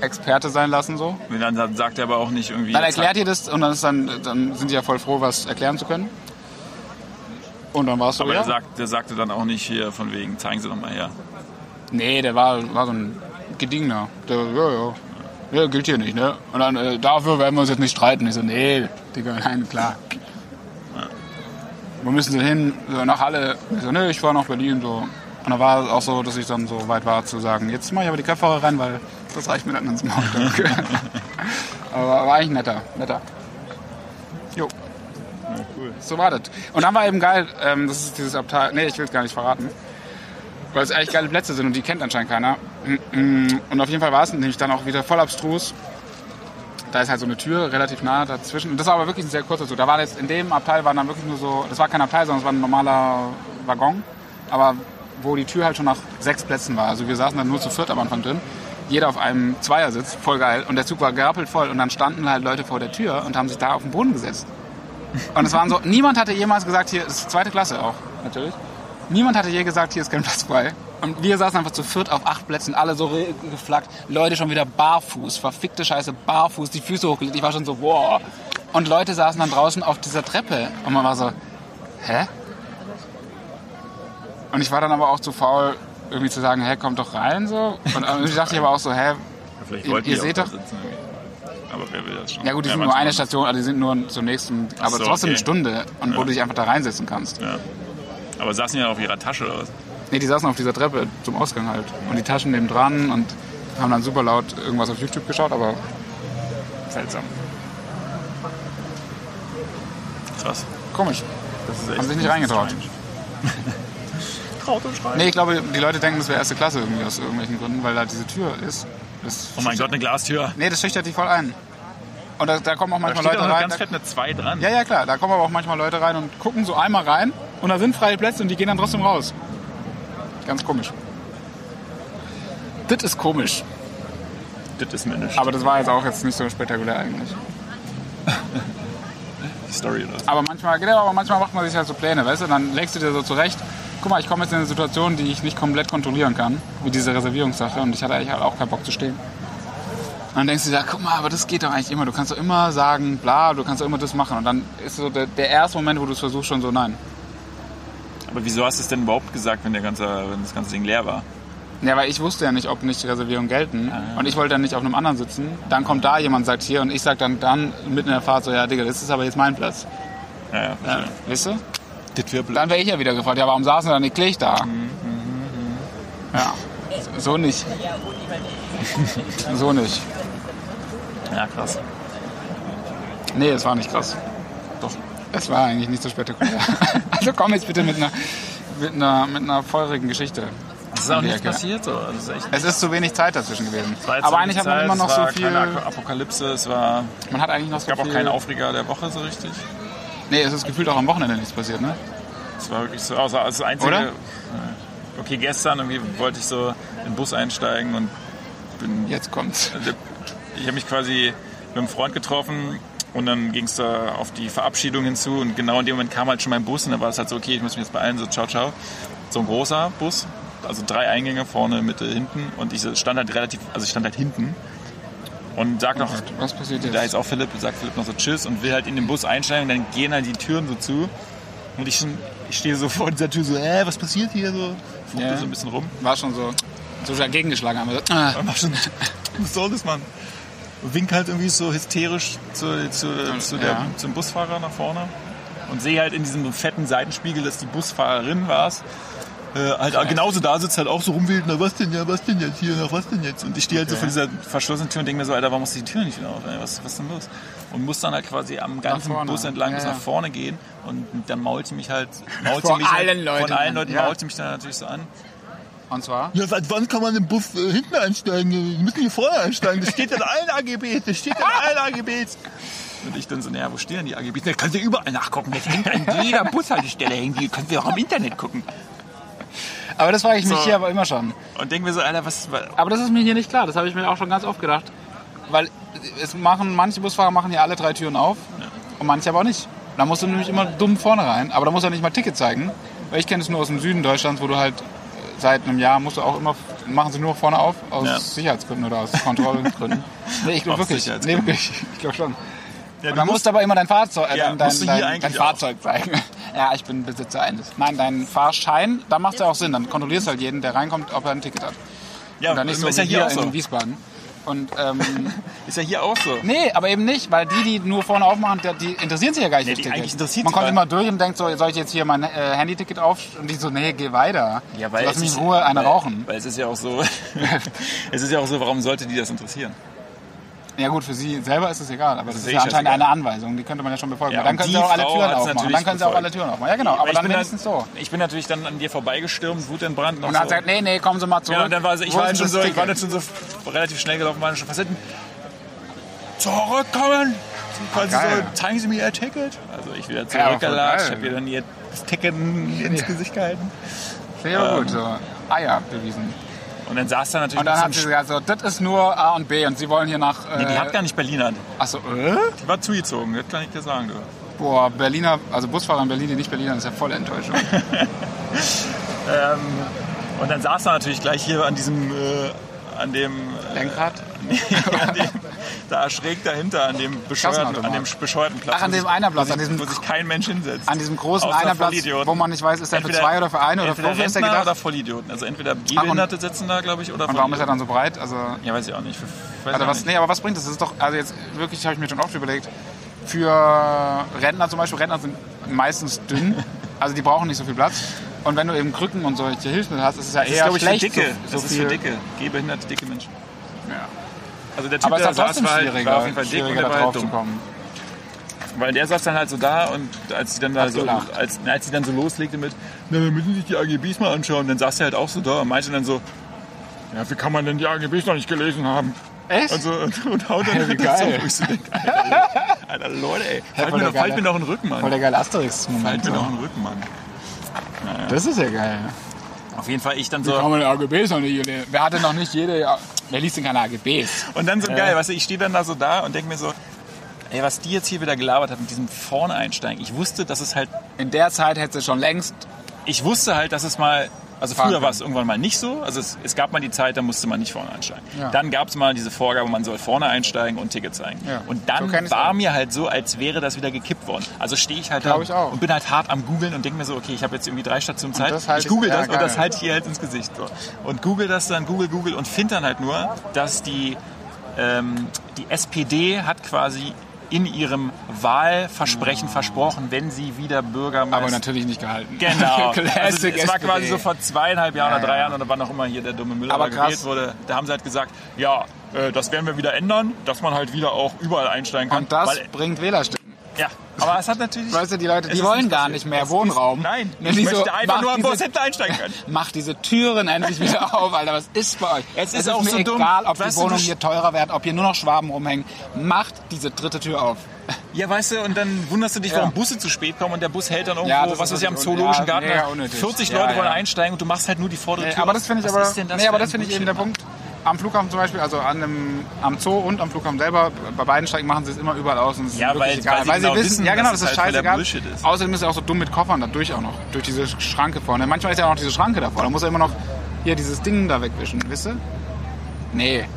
äh, Experte sein lassen so.
Und dann sagt er aber auch nicht irgendwie.
Dann erklärt ihr das und dann, ist dann, dann sind die ja voll froh, was erklären zu können. Und dann warst du
aber
ja.
er sagt, der sagte dann auch nicht hier von wegen, zeigen Sie doch mal her.
nee, der war, war so ein Gedingner. Der, ja, ja. Ja, gilt hier nicht, ne? Und dann, äh, dafür werden wir uns jetzt nicht streiten. Ich so, nee, Digga, [laughs] nein, klar. Wo müssen sie hin? So, nach Halle. Ich so, nee, ich fahre nach Berlin, so. Und dann war es auch so, dass ich dann so weit war zu sagen, jetzt mache ich aber die Kopfhörer rein, weil das reicht mir dann ins Maul. Danke. aber war eigentlich netter, netter. Jo.
cool.
So war das. Und dann war eben geil, ähm, das ist dieses Abteil. Nee, ich will es gar nicht verraten. Weil es eigentlich geile Plätze sind und die kennt anscheinend keiner. Und auf jeden Fall war es nämlich dann auch wieder voll abstrus. Da ist halt so eine Tür relativ nah dazwischen. Und das war aber wirklich ein sehr kurzer Zug. Da war jetzt in dem Abteil waren dann wirklich nur so, das war kein Abteil, sondern es war ein normaler Waggon. Aber wo die Tür halt schon nach sechs Plätzen war. Also wir saßen dann nur zu viert am Anfang drin. Jeder auf einem Zweiersitz, voll geil. Und der Zug war gerappelt voll. Und dann standen halt Leute vor der Tür und haben sich da auf den Boden gesetzt. Und es waren so, niemand hatte jemals gesagt, hier ist zweite Klasse auch, natürlich. Niemand hatte je gesagt, hier ist kein Platz frei. Und wir saßen einfach zu viert auf acht Plätzen, alle so re- geflaggt. Leute schon wieder barfuß, verfickte Scheiße, barfuß, die Füße hochgelegt. Ich war schon so, wow. Und Leute saßen dann draußen auf dieser Treppe. Und man war so, hä? Und ich war dann aber auch zu faul, irgendwie zu sagen, hä, kommt doch rein so. Und irgendwie dachte ich aber auch so, hä,
Vielleicht
Ihr-
wollten
ihr
die auch
seht
da
doch-
sitzen irgendwie. Aber wer will das schon?
ja gut, die
Wer
sind nur
macht's
eine
schon?
Station, also die sind nur zur nächsten, aber
so,
trotzdem eine
okay.
Stunde, und wo du dich einfach da reinsetzen kannst.
Aber saßen die dann auf ihrer Tasche oder was?
Nee, die saßen auf dieser Treppe zum Ausgang halt. Und die Taschen neben dran und haben dann super laut irgendwas auf YouTube geschaut, aber seltsam.
Krass.
Komisch.
Das ist echt
Haben sich nicht reingetraut.
[laughs] Traut und schreien.
Nee, ich glaube, die Leute denken, das wäre erste Klasse irgendwie aus irgendwelchen Gründen, weil da diese Tür ist. Das
Oh mein Gott, eine Glastür.
Nee, das schüchtert die voll ein. Und da, da kommen auch
Da
manchmal
steht auch
Leute
noch
rein.
ganz fett eine 2 dran.
ja, ja, klar. Da kommen aber auch manchmal Leute rein und gucken so einmal rein und da sind freie Plätze und die gehen dann trotzdem raus. Ganz komisch. Das ist komisch.
Das ist männisch.
Aber das war jetzt auch jetzt nicht so spektakulär eigentlich.
die Story oder was?
Aber manchmal, genau, aber manchmal macht man sich halt so Pläne, weißt du? Dann legst du dir so zurecht, guck mal, ich komme jetzt in eine Situation, die ich nicht komplett kontrollieren kann, wie diese Reservierungssache und ich hatte eigentlich halt auch keinen Bock zu stehen. Und dann denkst du dir, ja, guck mal, aber das geht doch eigentlich immer. Du kannst doch immer sagen, bla, du kannst doch immer das machen. Und dann ist so der, der erste Moment, wo du es versuchst, schon so, nein.
Aber wieso hast du es denn überhaupt gesagt, wenn, der ganze, wenn das ganze Ding leer war?
Ja, weil ich wusste ja nicht, ob nicht Reservierungen gelten.
Ah,
Und ich wollte dann nicht auf einem anderen sitzen. Dann kommt da jemand, sagt hier und ich sag dann, dann mitten in der Fahrt so, ja, Digga, das ist aber jetzt mein Platz.
Ja, ja,
Ja.
verstehe.
Weißt du?
Das wäre blöd.
Dann wäre ich ja wieder gefragt, ja, warum saßen dann nicht gleich da?
Mhm,
Ja, so nicht. so nicht.
Ja, krass.
Nee, es war nicht krass. Doch, es war eigentlich nicht so spektakulär. [laughs] also komm jetzt bitte mit einer, mit einer, mit einer feurigen Geschichte.
Das ist auch
die
nichts
Ecke.
passiert. So. Das ist echt
Es ist zu wenig Zeit dazwischen gewesen.
war jetzt
Aber
so
eigentlich hat
die
man
Zeit,
immer noch
es
so
war
viel.
Keine Ak- Apokalypse, es war,
Man hat eigentlich noch so
gab
viel.
auch keinen Aufreger der Woche so richtig.
Nee, es ist gefühlt auch am Wochenende nichts passiert, ne?
Es war wirklich so, außer das einzige.
Oder?
Ja. Okay, gestern irgendwie wollte ich so in den Bus einsteigen und bin
Jetzt kommt's.
Ich habe mich quasi mit einem Freund getroffen und dann ging es da auf die Verabschiedung hinzu und genau in dem Moment kam halt schon mein Bus und dann war es halt so, okay, ich muss mich jetzt beeilen, so ciao, ciao. So ein großer Bus, also drei Eingänge vorne, Mitte, hinten und ich stand halt relativ, also ich stand halt hinten und sag noch,
halt. Was passiert
da ist
jetzt?
auch Philipp, sagt Philipp noch so Tschüss und will halt in den Bus einsteigen und dann gehen halt die Türen so zu und ich, schon- ich stehe so vor dieser Tür so, äh, was passiert hier so? Fuchtel
Ja.
so ein bisschen rum.
War schon so. So dagegen geschlagen haben wir. so, ah.
Mach schon, was soll das, Mann? Und Wink halt irgendwie so hysterisch zu, zu, zu der,
Ja.
zum Busfahrer nach vorne und sehe halt in diesem fetten Seitenspiegel, dass die Busfahrerin war es. Äh, halt genauso da sitzt halt auch so rumwild, na was denn ja, was denn jetzt hier, na was denn jetzt? Und ich stehe halt so
Okay.
vor dieser verschlossenen Tür und denke mir so, Alter, warum muss die Tür nicht wieder auf? ey? Was, was ist denn los? Und muss dann halt quasi am ganzen
vorne.
Bus entlang bis
Ja, ja.
nach vorne gehen
[laughs]
und dann maulte mich halt, maulte
Vor
mich halt,
allen Leuten
von allen
an,
Leuten
ja.
maulte mich dann natürlich so an.
Und zwar,
Ja, seit wann kann man im Bus äh, hinten einsteigen? Wir müssen hier vorne einsteigen. Das steht in allen AGBs. Das steht in allen AGBs.
Und ich dann so, naja, wo stehen die AGBs? Da kannst du überall nachgucken. Das hängt
[laughs]
an jeder Bushaltestelle. hängen die. kannst du auch im Internet gucken.
aber das frage ich mich
So.
hier aber immer schon.
Und denken wir so, Alter, was... was
Aber das ist mir hier nicht klar. Das habe ich mir auch schon ganz oft gedacht. Weil es machen, manche Busfahrer machen hier alle drei Türen auf und manche aber auch nicht. Da musst du nämlich immer dumm vorne rein. Aber da musst du nicht mal Ticket zeigen. Weil ich kenne es nur aus dem Süden Deutschlands, wo du halt äh, seit einem Jahr musst du auch immer, machen sie nur vorne auf, aus
Ja.
Sicherheitsgründen oder aus
[laughs]
Kontrollgründen. nee, ich glaube
Aus
wirklich. Nee,
Sicherheitsgründen.
wirklich. Ich glaube schon.
ja,
Und dann musst du aber immer dein Fahrzeug, äh,
Ja,
dein, dein,
musst du hier
dein, dein
eigentlich
Fahrzeug zeigen. [laughs] Ja, ich bin Besitzer eines. Nein, dein Fahrschein, da macht es ja auch Sinn. Dann kontrollierst du halt jeden, der reinkommt, ob er ein Ticket hat.
ja,
Und dann nicht so
ist
wie
ja hier
hier
auch so.
in Wiesbaden. Und, ähm, [laughs]
Ist ja hier auch so.
nee, aber eben nicht, weil die, die nur vorne aufmachen, die- die interessieren sich ja gar nicht
Nee,
fürs
die
Ticket.
eigentlich interessiert
Man
sie
kommt immer
gar
durch und denkt so, soll ich jetzt hier mein äh, Handy-Ticket auf? Und die so, nee, geh weiter.
Ja, weil
Lass
es
mich
ist-
in Ruhe eine
weil,
rauchen.
Weil es ist ja auch so, [laughs] es ist ja auch so, warum sollte die das interessieren?
Ja gut, für sie selber ist es egal, aber das,
ist
ist
eh
ja anscheinend
scheißegal.
eine Anweisung, die könnte man ja schon befolgen.
Ja,
dann
und
können
die
sie auch alle
Frau
Türen
hat's
aufmachen.
natürlich
Dann können sie auch alle
befolgt.
Türen aufmachen. Ja genau,
Weil
aber
ich
dann
bin
wenigstens so.
Ich bin natürlich dann an dir vorbeigestürmt, Wut in Brand.
Und dann sagt, nee, nee, kommen Sie mal zurück.
ja, und dann war sie, ich
Wo
war
ist
jetzt
das
schon so, ich war
Ticket?
jetzt schon so relativ schnell gelaufen, waren schon Facetten. Zurückkommen! Quasi
Geil.
so, zeigen Sie mir Ihr Ticket. Also ich wieder
Ja, voll
zurückgelatscht,
geil.
habe ihr dann ihr Ticket ins
Ja.
Gesicht gehalten. Ähm,
Sehr gut, so. Eier bewiesen.
Und dann saß da natürlich
Und dann
noch
hat sie
so ein
gesagt, so, das ist nur A und B und Sie wollen hier nach...
Sch- nee, die hat
Äh,
gar nicht Berliner.
Achso, äh?
Die war zugezogen, das kann ich dir sagen. Du.
Boah, Berliner, also Busfahrer in Berlin, die nicht Berliner, ist ja voll
[laughs]
Enttäuschung.
Und dann saß da natürlich gleich hier an diesem, äh, an dem äh,
Lenkrad?
[laughs] Nee, an dem, da schräg dahinter, an dem bescheuerten,
Kassenautomat.
an dem bescheuerten Platz.
Ach, an
wo
dem
sich-
einen Platz,
wo
an
sich-
diesem-
Wo sich kein Mensch hinsetzt.
An diesem großen
Außer
Einerplatz,
Vollidioten.
wo man nicht weiß, ist der für
Entweder-
zwei oder für einen oder
entweder
wofür ist der
Rentner
gedacht?
Oder Vollidioten. Also entweder Gehbehinderte sitzen da, glaube ich, oder
Und warum ist er dann so breit? Also,
Ja, weiß ich auch nicht. Für, weiß
also
ich
was,
nicht.
nee, aber was bringt das? Das ist doch, also jetzt wirklich, habe ich mir schon oft überlegt, für Rentner zum Beispiel, Rentner sind meistens
[laughs]
dünn, also die brauchen nicht so viel Platz. Und wenn du eben Krücken und solche Hilfsmittel hast, ist es ja
Das ist,
eher
glaube ich, für
schlecht.
Dicke.
So,
das
so
ist
viel,
für Dicke. Gehbehinderte, dicke Menschen.
Ja.
Also der Typ,
Aber es
der
ist
da
doch
saß,
trotzdem
war, halt, war auf jeden
schwieriger,
Fall dick und
schwieriger
der
da
war halt
drauf zu
dumm.
kommen.
Weil der saß dann halt so da und als sie dann, da
Hat
so,
gelacht.
als, na, als sie dann so loslegte mit, na, wir müssen sich die AGBs mal anschauen, dann saß er halt auch so da und meinte dann so, ja, wie kann man denn die AGBs noch nicht gelesen haben?
Echt?
Und, so, und, Also, [laughs] und haut dann
Wie
halt das
geil.
so, wo ich so denke, Alter, Alter, Leute, ey, fällt
voll der
mir, noch, fällt
geile-
mir noch ein Rücken,
Voll
Mann.
der geile Asterix-Moment.
Fällt mir
so.
noch ein Rücken, Mann.
Das ist ja geil.
Auf jeden Fall ich dann
Kann
so,
man die AGBs noch nicht gelesen? Wer hatte noch nicht jede... Wer liest denn keine AGBs?
und dann so geil, weißt du, ich stehe dann da so da und denke mir so, ey, was die jetzt hier wieder gelabert hat mit diesem vorne einsteigen, ich wusste, dass es halt
In der Zeit hätte sie schon längst...
ich wusste halt, dass es mal, also
Fahren
früher
kann.
war es irgendwann mal nicht so. Also es, es gab mal die Zeit, da musste man nicht vorne einsteigen.
Ja.
Dann gab es mal diese Vorgabe, man soll vorne einsteigen und Ticket zeigen.
Ja.
Und
So
dann
kenn ich's auch.
war mir halt so, als wäre das wieder gekippt worden. Also stehe ich halt da
Glaub ich auch.
und bin halt hart am googeln und denke mir so, okay, ich habe jetzt irgendwie drei Stationen Zeit.
das halt-
ich google
ja,
das und das
geil.
halte ich hier halt ins Gesicht. So. Und google das dann, google, google und finde dann halt nur, dass die ähm, die SPD hat quasi in ihrem Wahlversprechen versprochen, wenn sie wieder Bürgermeister
Aber natürlich nicht gehalten. [laughs]
Genau. Also,
Classic
es war
SPD.
quasi so vor zweieinhalb Jahren
Ja,
oder drei
ja.
Jahren oder wann auch immer hier der dumme Müller
Aber krass.
gewählt wurde. Da haben sie halt gesagt, ja, äh, das werden wir wieder ändern, dass man halt wieder auch überall einsteigen kann.
Und das
Weil,
bringt Wählerstimmen.
ja, aber es hat natürlich...
Weißt du, die Leute,
es
die
ist
wollen
nicht
gar
passiert.
nicht mehr
Es
Wohnraum.
Ist, nein,
Wenn
ich
die
möchte einfach
mach
nur am Bus
diese-
hinten einsteigen
[laughs]
können.
Macht diese Türen endlich wieder [laughs] auf, Alter. Was ist bei euch?
Es ist auch
mir
so dumm.
egal, ob
Weißt
die
du,
Wohnung
du-
hier teurer wird, ob hier nur noch Schwaben rumhängen. Macht diese dritte Tür auf.
Ja, weißt du, und dann wunderst du dich,
Ja.
warum Busse zu spät kommen und der Bus hält dann irgendwo,
Ja, das ist
was weiß ich, am
natürlich un-
Zoologischen
ja,
Garten.
mega
da
unnötig.
40
Ja,
Leute
ja.
wollen einsteigen und du machst halt nur die vordere
Nee,
Tür.
Äh, aber
auf.
das finde ich
Was
aber,
ist denn das
nee, aber
für
das
ein
finde ich eben der
Bullshit, ne?
Punkt. Am Flughafen zum Beispiel, also an dem, am Zoo und am Flughafen selber, bei beiden Strecken machen sie es immer überall aus. Und es ist
Ja,
wirklich
weil-
egal.
weil sie genau wissen,
ja genau,
dass
das ist
es halt voller
scheißegal.
Bullshit ist.
Außerdem ist er auch so dumm mit Koffern dadurch auch noch, durch diese Schranke vorne. Manchmal ist ja auch noch diese Schranke davor. Da muss er immer noch hier dieses Ding da wegwischen, wisst ihr? Nee,
Mann.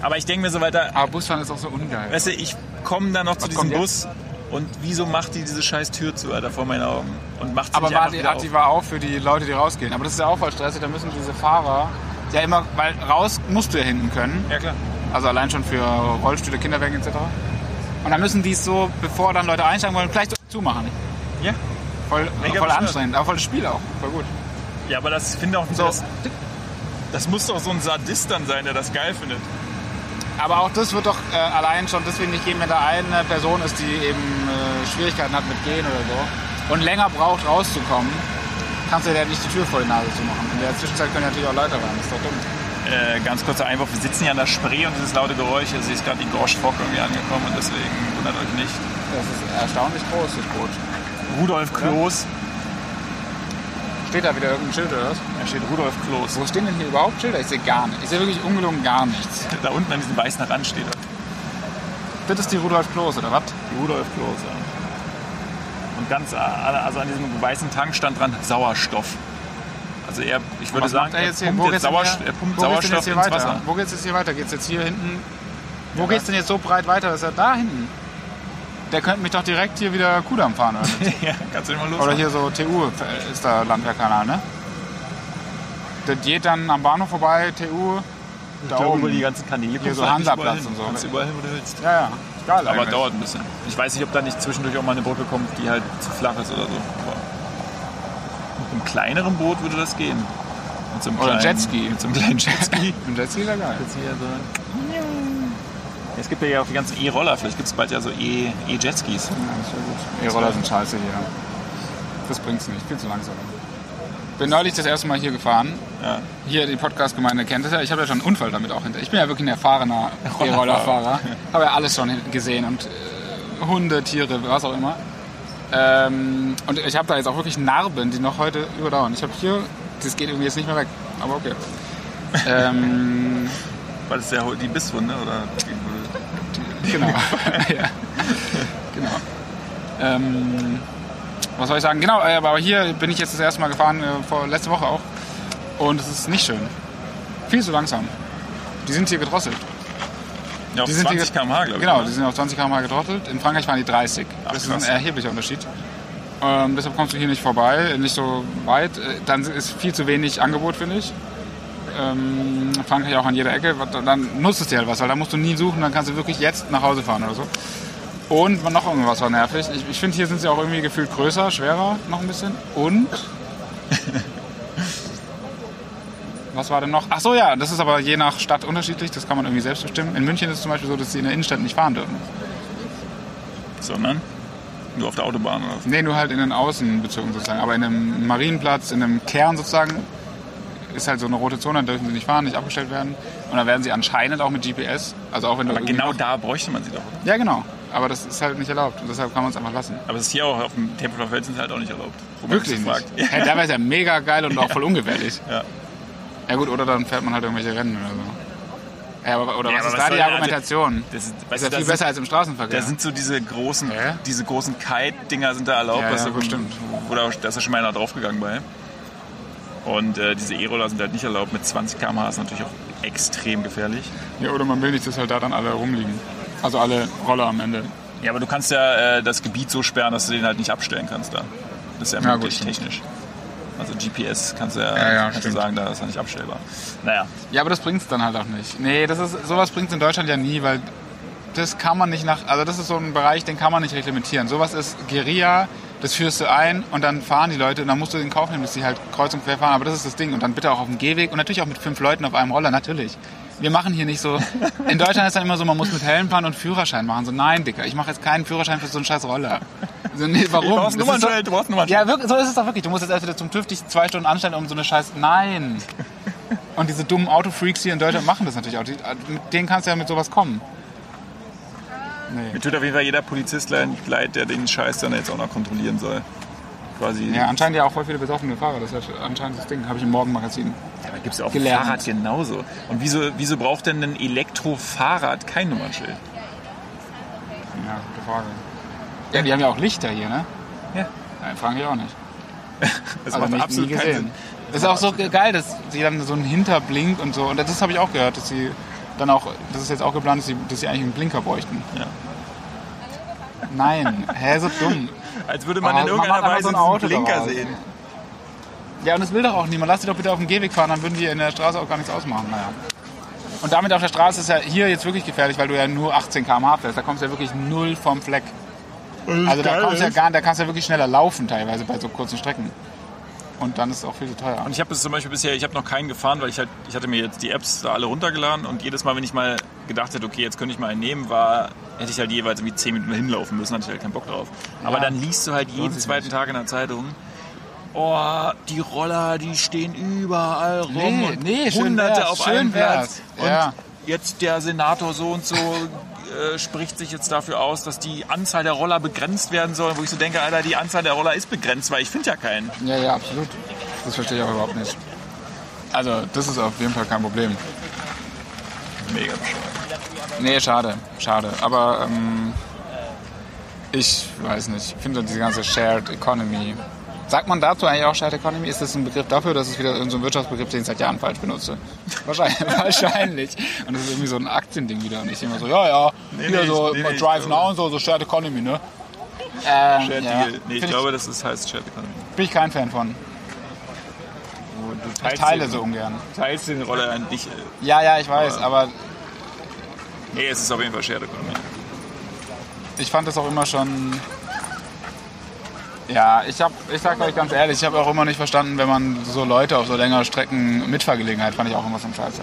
Aber ich denke mir so weiter,
aber Busfahren ist auch so ungeil.
Weißt du, ich komme dann noch zu diesem
kommt
Bus und wieso macht die diese scheiß Tür zu, Alter, vor meinen Augen? Und macht sie
Aber
nicht
war
einfach
die,
wieder
die
auf?
war auch für die Leute, die rausgehen. Aber das ist ja auch voll stressig, da müssen diese Fahrer ja immer, weil raus musst du ja hinten können.
Ja, klar.
Also allein schon für Rollstühle, Kinderwagen etc. Und dann müssen die es so, bevor dann Leute einsteigen wollen, gleich so zumachen.
Ja.
Voll,
Mega
voll
bescheuert.
anstrengend, aber voll das Spiel auch. Voll gut.
ja, aber das finde auch
So.
das, das muss doch so ein Sadist dann sein, der das geil findet.
Aber auch das wird doch äh, allein schon deswegen nicht gehen, wenn da eine Person ist, die eben äh, Schwierigkeiten hat mit Gehen oder so und länger braucht rauszukommen, kannst du dir halt nicht die Tür vor die Nase zu machen. In der Zwischenzeit können natürlich auch Leute rein, das ist doch dumm.
Äh, ganz kurzer Einwurf, wir sitzen ja an der Spree und dieses laute Geräusch, also hier ist gerade die Gorsch Fock irgendwie angekommen und deswegen wundert euch nicht.
Das ist erstaunlich groß, das Boot.
Rudolf Kloß,
Steht da wieder irgendein Schild oder was?
da steht Rudolf Kloß.
Wo stehen denn hier überhaupt Schilder? Ich sehe gar nichts. Ich sehe wirklich ungelogen gar nichts.
Da unten an diesem weißen Rand steht er.
Das ist die Rudolf Kloß, oder was?
Rudolf Kloß, ja. Und ganz, äh, also an diesem weißen Tank stand dran Sauerstoff. Also er, ich würde
Was
sagen,
macht er jetzt hier?
pumpt,
Wo
jetzt
geht's denn hier-
Sauerst- er pumpt
wo geht's denn
Sauerstoff
jetzt hier
ins
weiter?
Wasser. [laughs]
Wo geht's jetzt hier weiter? Geht's jetzt hier hinten? Wo geht's denn jetzt so breit weiter? Das ist ja da hinten. Der könnte mich doch direkt hier wieder Kudamm fahren,
[laughs]
oder? nicht?
ja, kannst du nicht mal los.
oder hier so TU ist der Landwehrkanal, ne? Das geht dann am Bahnhof vorbei, TU, da
Da
oben.
oben die ganzen Kanäle.
Hier so
kommst du eigentlich
Hansaplatz
überall
und so. ne?
hin. Kannst du überall hin, wo du willst.
ja, ja. Egal,
Aber
eigentlich.
dauert ein bisschen. Ich weiß nicht, ob da nicht zwischendurch auch mal eine Brücke kommt, die halt zu flach ist oder so. Aber mit einem kleineren Boot würde das gehen. Mit so einem
Oder
kleinen,
Jetski.
Mit so einem
[laughs]
kleinen Jetski.
Und jetzt ist er geil.
Jetzt hier so. Es gibt ja auch die ganzen E-Roller. Vielleicht gibt es bald ja so E- E-Jetskis.
Mhm. E-Roller sind scheiße hier. Das bringt's nicht, viel zu langsam. Bin neulich das erste Mal hier gefahren.
Ja.
Hier, die Podcast-Gemeinde kennt das ja. Ich habe ja schon einen Unfall damit auch hinter. Ich bin ja wirklich ein erfahrener E-Rollerfahrer. habe ja alles schon gesehen und äh, Hunde, Tiere, was auch immer. Ähm, und ich habe da jetzt auch wirklich Narben, die noch heute überdauern. Ich habe hier, das geht irgendwie jetzt nicht mehr weg, aber okay. ähm,
Weil es ja ho- die Bisswunde oder die-
Genau. [laughs] ja. genau. Ähm, was soll ich sagen? Genau, äh, aber hier bin ich jetzt das erste Mal gefahren, äh, vor, letzte Woche auch. Und es ist nicht schön. Viel zu langsam. Die sind hier gedrosselt.
ja, auf
Die sind hier
20 km/h, glaube ich.
Genau,
ne?
die sind auf 20 km/h gedrosselt. In Frankreich waren die 30.
Ach,
das
krass.
ist ein erheblicher Unterschied. Ähm, deshalb kommst du hier nicht vorbei, nicht so weit. Äh, Dann ist viel zu wenig Angebot, finde ich. Ähm, Frankreich auch an jeder Ecke. Dann- Dann nutzt es dir halt was, weil dann musst du nie suchen, dann kannst du wirklich jetzt nach Hause fahren oder so. Und noch irgendwas war nervig. Ich, ich finde, hier sind sie auch irgendwie gefühlt größer, schwerer noch ein bisschen. Und. Was war denn noch? Ach so, ja, das ist aber je nach Stadt unterschiedlich. Das kann man irgendwie selbst bestimmen. In München ist es zum Beispiel so, dass sie in der Innenstadt nicht fahren dürfen.
Sondern ne? nur auf der Autobahn oder so.
Nee, nur halt in den Außenbezirken sozusagen. Aber in einem Marienplatz, in einem Kern sozusagen, ist halt so eine rote Zone, da dürfen sie nicht fahren, nicht abgestellt werden. Und da werden sie anscheinend auch mit GPS, also auch wenn du
Aber
irgendwie-
genau da bräuchte man sie doch.
Ja, genau. Aber das ist halt nicht erlaubt und deshalb kann man es einfach lassen.
Aber es ist hier auch auf dem Tempelhofer Feld sind sie halt auch nicht erlaubt. Wo man
Wirklich
sich
nicht.
fragt.
Hey, da wäre es ja mega geil und auch voll ungefährlich.
Ja.
Ja gut, oder dann fährt man halt irgendwelche Rennen oder so. Ja, aber, oder
Ja,
was ist
aber was
da
soll
die
der- also,
Argumentation?
Das ist,
Das ist
weißt du,
ja
da
viel
sind-
besser als im Straßenverkehr.
Da sind so diese großen,
Ja.
diese großen Kite-Dinger sind da erlaubt.
Ja,
weißt
ja,
du, wo-
bestimmt.
wo da, da ist ja schon mal einer draufgegangen bei. Und äh, diese E-Roller sind halt nicht erlaubt. Mit 20 km/h ist natürlich auch extrem gefährlich.
ja, oder man will nicht, dass halt da dann alle rumliegen. Also alle Roller am Ende.
Ja, aber du kannst ja äh, das Gebiet so sperren, dass du den halt nicht abstellen kannst da. Das ist ja
Ja,
möglich
gut,
technisch. Also GPS kannst du ja,
Ja, ja,
kannst du
stimmt.
sagen, da ist er nicht abstellbar. Naja,
Ja, aber das bringt's dann halt auch nicht. Nee, das ist, sowas bringt's in Deutschland ja nie, weil das kann man nicht nach. Also, das ist so ein Bereich, den kann man nicht reglementieren. Sowas ist Guerilla, das führst du ein und dann fahren die Leute und dann musst du in Kauf nehmen, dass die halt kreuz und quer fahren. Aber das ist das Ding. Und dann bitte auch auf dem Gehweg und natürlich auch mit fünf Leuten auf einem Roller, natürlich. Wir machen hier nicht so. In Deutschland ist dann immer so, man muss mit Helm fahren und Führerschein machen. So, nein, Dicker, ich mache jetzt keinen Führerschein für so einen scheiß Roller. So, nee, warum?
du brauchst ein
Das ist doch-
Nummernschild, du brauchst ein Nummernschild.
ja, wirklich, so ist es doch wirklich. Du musst jetzt erst wieder zum TÜV dich zwei Stunden anstellen, um so eine Scheiß.
[laughs]
Nein! Und diese dummen Autofreaks hier in Deutschland machen das natürlich auch. Die, äh, mit denen kannst du ja mit sowas kommen.
Mir tut auf jeden Fall jeder Polizist leid, leid, der den Scheiß dann jetzt auch noch kontrollieren soll. Quasi
Ja, anscheinend ja auch voll viele besoffene Fahrer. Das ist ja anscheinend das Ding. Habe ich im Morgenmagazin.
Ja, aber gibt es ja auch
gelernt.
ein Fahrrad genauso. Und wieso, wieso braucht denn ein Elektrofahrrad kein Nummernschild?
Ja, gute Frage. Ja, die haben ja auch Lichter hier, ne?
Ja.
Nein, fragen wir auch nicht.
Das
Also nicht, nie gesehen. Das ist auch so geil, dass sie dann so einen Hinterblink und so. Und das habe ich auch gehört, dass sie dann auch, das ist jetzt auch geplant, dass sie, dass sie eigentlich einen Blinker bräuchten.
Ja.
Nein, hä, so dumm.
Als würde man
Ah,
in
man
irgendeiner
macht einfach
Weise
so ein
einen
Auto
Blinker
daraus.
sehen.
Ja, und das will doch auch niemand. Lass sie doch bitte auf dem Gehweg fahren, dann würden die in der Straße auch gar nichts ausmachen. Naja. Und damit auf der Straße ist ja hier jetzt wirklich gefährlich, weil du ja nur 18 km/h fährst. Da kommst du ja wirklich null vom Fleck. Also da, kommst du ja gar, da kannst du ja wirklich schneller laufen teilweise bei so kurzen Strecken. Und dann ist es auch viel zu teuer.
Und ich habe es zum Beispiel bisher, ich habe noch keinen gefahren, weil ich halt, ich hatte mir jetzt die Apps da alle runtergeladen und jedes Mal, wenn ich mal gedacht hätte, okay, jetzt könnte ich mal einen nehmen, war, hätte ich halt jeweils irgendwie 10 Minuten hinlaufen müssen, hatte ich halt keinen Bock drauf. Aber dann liest du halt jeden zweiten Tag in der Zeitung, oh, die Roller, die stehen überall rum.
Nee,
und
nee, schön
Hunderte
wär's,
auf
schön
einem
wär's.
Platz. Und
Ja.
jetzt der Senator so und so [laughs] äh, spricht sich jetzt dafür aus, dass die Anzahl der Roller begrenzt werden soll, wo ich so denke, Alter, die Anzahl der Roller ist begrenzt, weil ich finde ja keinen.
Ja, ja, absolut. Das verstehe ich auch überhaupt nicht. Also, das ist auf jeden Fall kein Problem.
Mega bescheuert.
Nee, schade, schade. Aber ähm, ich weiß nicht. Ich finde diese ganze Shared Economy. Sagt man dazu eigentlich auch Shared Economy? Ist das ein Begriff dafür, dass es wieder irgendein so ein Wirtschaftsbegriff, den ich seit Jahren falsch benutze?
[laughs]
Wahrscheinlich. wahrscheinlich. Und das ist irgendwie so ein Aktiending wieder. Und ich immer so, ja, ja,
Nee,
hier
nee,
so
nee, nee, ich
Drive
glaube-
Now und so, so Shared Economy, ne? Ähm,
Shared
ja.
Deal. Nee, ich
Find
glaube, das ist, heißt Shared Economy.
bin ich kein Fan von.
Wo Du teilst
Ich teile
den-
so ungern.
Teilst den Roller an dich. äh,
Ja, ja, ich weiß, aber
Nee, es ist auf jeden Fall Shared Economy.
ich fand das auch immer schon. Ja, ich hab, ich sag euch ganz ehrlich, ich habe auch immer nicht verstanden, wenn man so Leute auf so längere Strecken Mitfahrgelegenheit fand ich auch immer schon scheiße.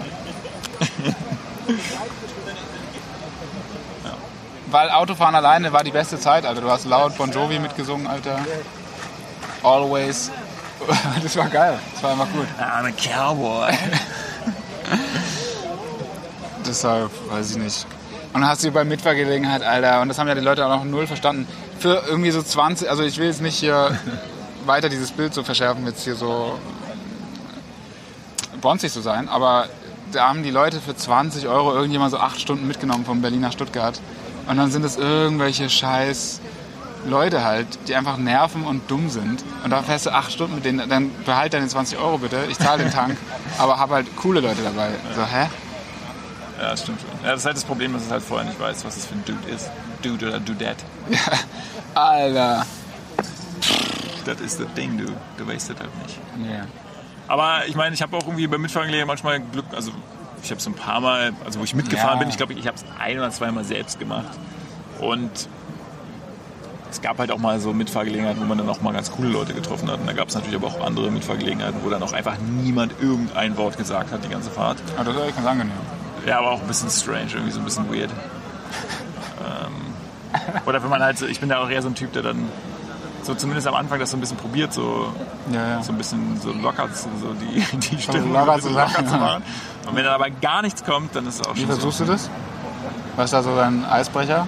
Ja. Weil Autofahren alleine war die beste Zeit, Alter. Du hast laut Bon Jovi mitgesungen, Alter. Always. [laughs] Das war geil. Das war einfach gut.
Ah, I'm a Cowboy.
Deshalb weiß ich nicht. Und dann hast du bei Mitfahrgelegenheit, Alter, und das haben ja die Leute auch noch null verstanden. Für irgendwie so 20, also ich will jetzt nicht hier weiter dieses Bild so verschärfen, jetzt hier so bronzig zu sein, aber da haben die Leute für 20 Euro irgendjemand so acht Stunden mitgenommen von Berlin nach Stuttgart. Und dann sind es irgendwelche scheiß Leute halt, die einfach nerven und dumm sind. Und da fährst du acht Stunden mit denen, dann behalt deine 20 Euro bitte, ich zahle den Tank, aber hab halt coole Leute dabei. So, hä?
Ja, das stimmt schon. Ja, das ist halt das Problem, dass es halt vorher nicht weiß, was es für ein Dude ist. Dude oder Dudette.
Alter.
Das ist das Ding, du. Du weißt das halt nicht.
Nee.
Aber ich meine, ich habe auch irgendwie bei Mitfahrgelegenheit manchmal Glück, also ich habe so ein paar Mal, also wo ich mitgefahren
Ja.
bin, ich glaube, ich habe es ein oder zweimal selbst gemacht. Und es gab halt auch mal so Mitfahrgelegenheiten, wo man dann auch mal ganz coole Leute getroffen hat. Und da gab es natürlich aber auch andere Mitfahrgelegenheiten, wo dann auch einfach niemand irgendein Wort gesagt hat, die ganze Fahrt.
Aber das ist eigentlich ganz angenehm.
Ja, aber auch ein bisschen strange, irgendwie so ein bisschen weird. ähm, oder wenn man halt, so- ich bin da auch eher so ein Typ, der dann so zumindest am Anfang das so ein bisschen probiert, so,
Ja, ja.
so ein bisschen so locker zu, so die, [laughs] die Stimmung
locker
ein bisschen
zu machen.
machen. Und wenn dann aber gar nichts kommt, dann ist es auch
Wie
schon
versuchst
so.
du das? Was ist da so dein Eisbrecher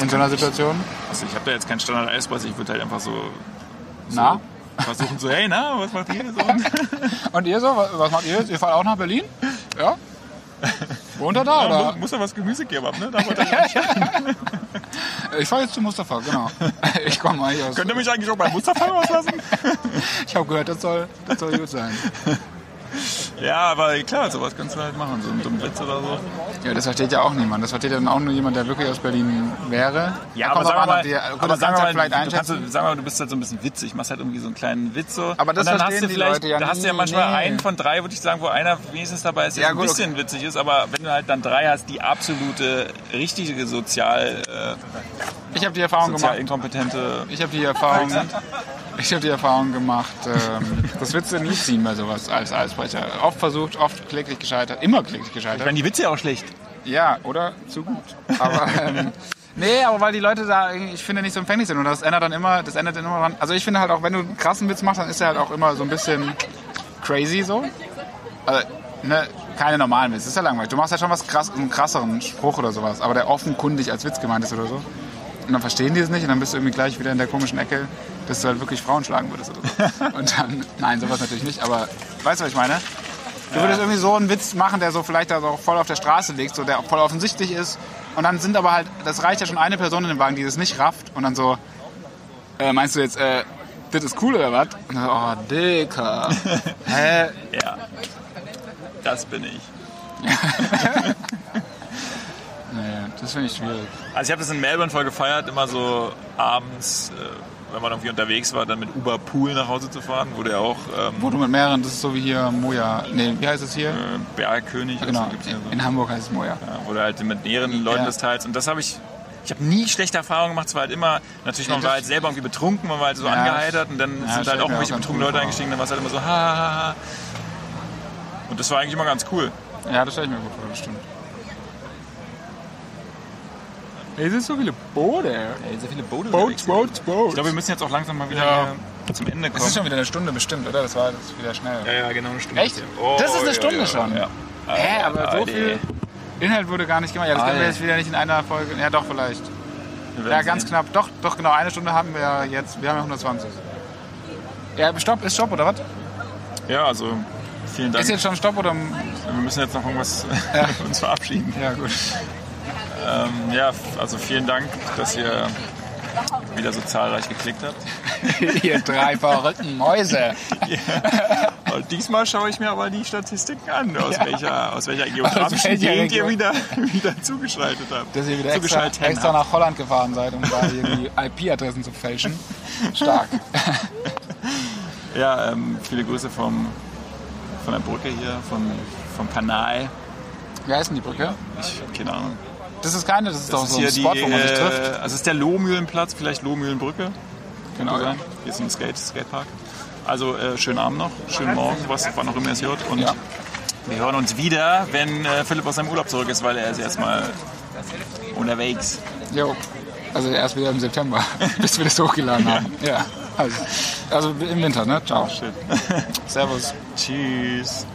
in so einer Situation?
Also ich habe da jetzt keinen standard eispreis ich würde halt einfach so, so
Na?
versuchen, so, hey, na, was macht
[laughs]
ihr so?
Und ihr so? Was macht ihr jetzt? Ihr fahrt auch nach Berlin? Ja? Wohnt ihr da?
Ja,
Oder?
muss, muss da was Gemüse geben, ne? Da wollt ihr-
Ich fahre jetzt zu Mustafa, genau. [laughs] Ich komme mal hier aus.
könnt ihr mich eigentlich auch bei Mustafa auslassen?
Ich habe gehört, das soll, das soll gut sein.
ja, aber klar, sowas kannst du halt machen, so einen dummen Witz oder so.
Ja, das versteht ja auch niemand. Das versteht ja dann auch nur jemand, der wirklich aus Berlin wäre.
Ja,
Da
aber
kommt drauf
sagen wir
an, ob
mal,
die- gut,
aber
das kannst
sagen wir
du
mal,
vielleicht
du kannst,
einschätzen.
du- sagen wir mal, du bist halt so ein bisschen witzig, machst halt irgendwie so einen kleinen Witz so.
Aber das
und dann
verstehen
hast du
die
vielleicht,
Leute ja
dann hast du ja
nie,
manchmal
nee.
einen von drei, würde ich sagen, wo einer wenigstens dabei ist, der
Ja,
so ein
gut,
bisschen witzig ist, aber wenn du halt dann drei hast, die absolute, richtige sozial,
Ich habe die
äh,
Erfahrung
sozial
gemacht.
inkompetente
Ich habe die Erfahrung, ich habe die Erfahrung gemacht, ähm, das willst du nie ziehen bei sowas als Eisbrecher. Oft versucht, oft kläglich gescheitert, immer kläglich
ich
gescheitert.
meine, die Witze ja auch schlecht.
Ja, oder zu gut. Aber ähm, [laughs] nee, aber weil die Leute da, ich finde, nicht so empfänglich sind und das ändert dann immer, das ändert dann immer dran. Also ich finde halt auch, wenn du einen krassen Witz machst, dann ist er halt auch immer so ein bisschen crazy so. Also, ne, keine normalen Witze, das ist ja langweilig. Du machst ja schon was krass, einen krasseren Spruch oder sowas, aber der offenkundig als Witz gemeint ist oder so. Und dann verstehen die es nicht und dann bist du irgendwie gleich wieder in der komischen Ecke, dass du halt wirklich Frauen schlagen würdest oder [laughs] so. Und dann, nein, sowas natürlich nicht, aber weißt du, was ich meine? Du würdest irgendwie so einen Witz machen, der so vielleicht da so voll auf der Straße liegt, so der voll offensichtlich ist. Und dann sind aber halt, das reicht ja schon eine Person in dem Wagen, die das nicht rafft. Und dann so, äh, meinst du jetzt, äh, das ist cool oder was? Und dann so, Oh, Dicker. [laughs] Hä?
Ja, das bin ich.
Nee, das finde ich schwierig.
Also ich habe das in Melbourne voll gefeiert, immer so abends, äh, wenn man irgendwie unterwegs war, dann mit Uber Pool nach Hause zu fahren, wo der auch ähm,
Wo du mit mehreren, das ist so wie hier Moja. Nee, wie heißt es hier?
äh, Bergkönig also
Genau,
gibt's ja so.
in Hamburg heißt es Moja.
Ja, Oder halt mit mehreren Leuten
Ja.
des Teils. Und das habe ich. Ich habe nie schlechte Erfahrungen gemacht. Es war halt immer, natürlich, man
Ja,
war
das-
halt selber irgendwie betrunken, man war halt so angeheitert und dann sind
stell
halt
ich
auch
mir auch
irgendwelche
ganz
betrunkenen
cool
Leute
vor.
eingestiegen, dann war es halt immer so, ha, ha, ha. Und das war eigentlich immer ganz cool.
Ja, das stelle ich mir gut vor, das stimmt. Hier sind so viele Boote.
Ey, so viele Boote.
Boats, Boats, Boats.
Ich glaube, wir müssen jetzt auch langsam mal wieder
Ja.
hier zum Ende kommen.
Es ist schon wieder eine Stunde bestimmt, oder? Das war jetzt wieder schnell.
ja, ja, genau eine Stunde. Oh,
Echt? Das ist eine Stunde schon?
Ja.
Hä, aber so
Alter,
viel Inhalt wurde gar nicht gemacht. Ja, das können wir
Alter.
jetzt wieder nicht in einer Folge. Ja, doch, vielleicht.
wir
Ja,
werden's
ganz
sehen.
knapp. Doch, doch, genau. Eine Stunde haben wir ja jetzt. Wir haben ja 120. Ja, Stopp. Ist Stopp, oder was?
Ja, also vielen Dank.
Ist jetzt schon Stopp, oder?
wir müssen jetzt noch irgendwas [laughs] uns verabschieden.
Ja, gut. [laughs]
Ähm, ja, f- also vielen Dank, dass ihr wieder so zahlreich geklickt habt.
Ihr drei verrückten Mäuse.
Und diesmal schaue ich mir aber die Statistiken an, aus welcher, aus welcher
Aus
geografischen
welcher
Gegend ihr
Region?
wieder, wieder zugeschaltet habt.
Dass ihr wieder extra,
Zugeschaltet
extra
habt.
nach Holland gefahren seid, um da irgendwie IP-Adressen zu fälschen. Stark.
Ja, ähm, viele Grüße vom, von der Brücke hier, vom, vom Kanal.
Wie heißt denn die Brücke?
Ich habe keine Ahnung.
Das ist keine, das ist doch
Das
so ein Spot, wo man sich
äh,
trifft.
Also ist der Lohmühlenplatz, vielleicht Lohmühlenbrücke. Könnte
Genau,
sein.
ja.
Hier ist ein Skate, Skatepark. Also äh, schönen Abend noch, schönen Morgen, was wann auch immer ihr es hört. Und
Ja.
wir hören uns wieder, wenn äh, Philipp aus seinem Urlaub zurück ist, weil er ist erstmal unterwegs.
Jo. Also erst wieder im September, [laughs] bis wir das hochgeladen haben. Ja. Also, also im Winter, ne? Ciao.
Shit.
Servus.
[laughs] Tschüss.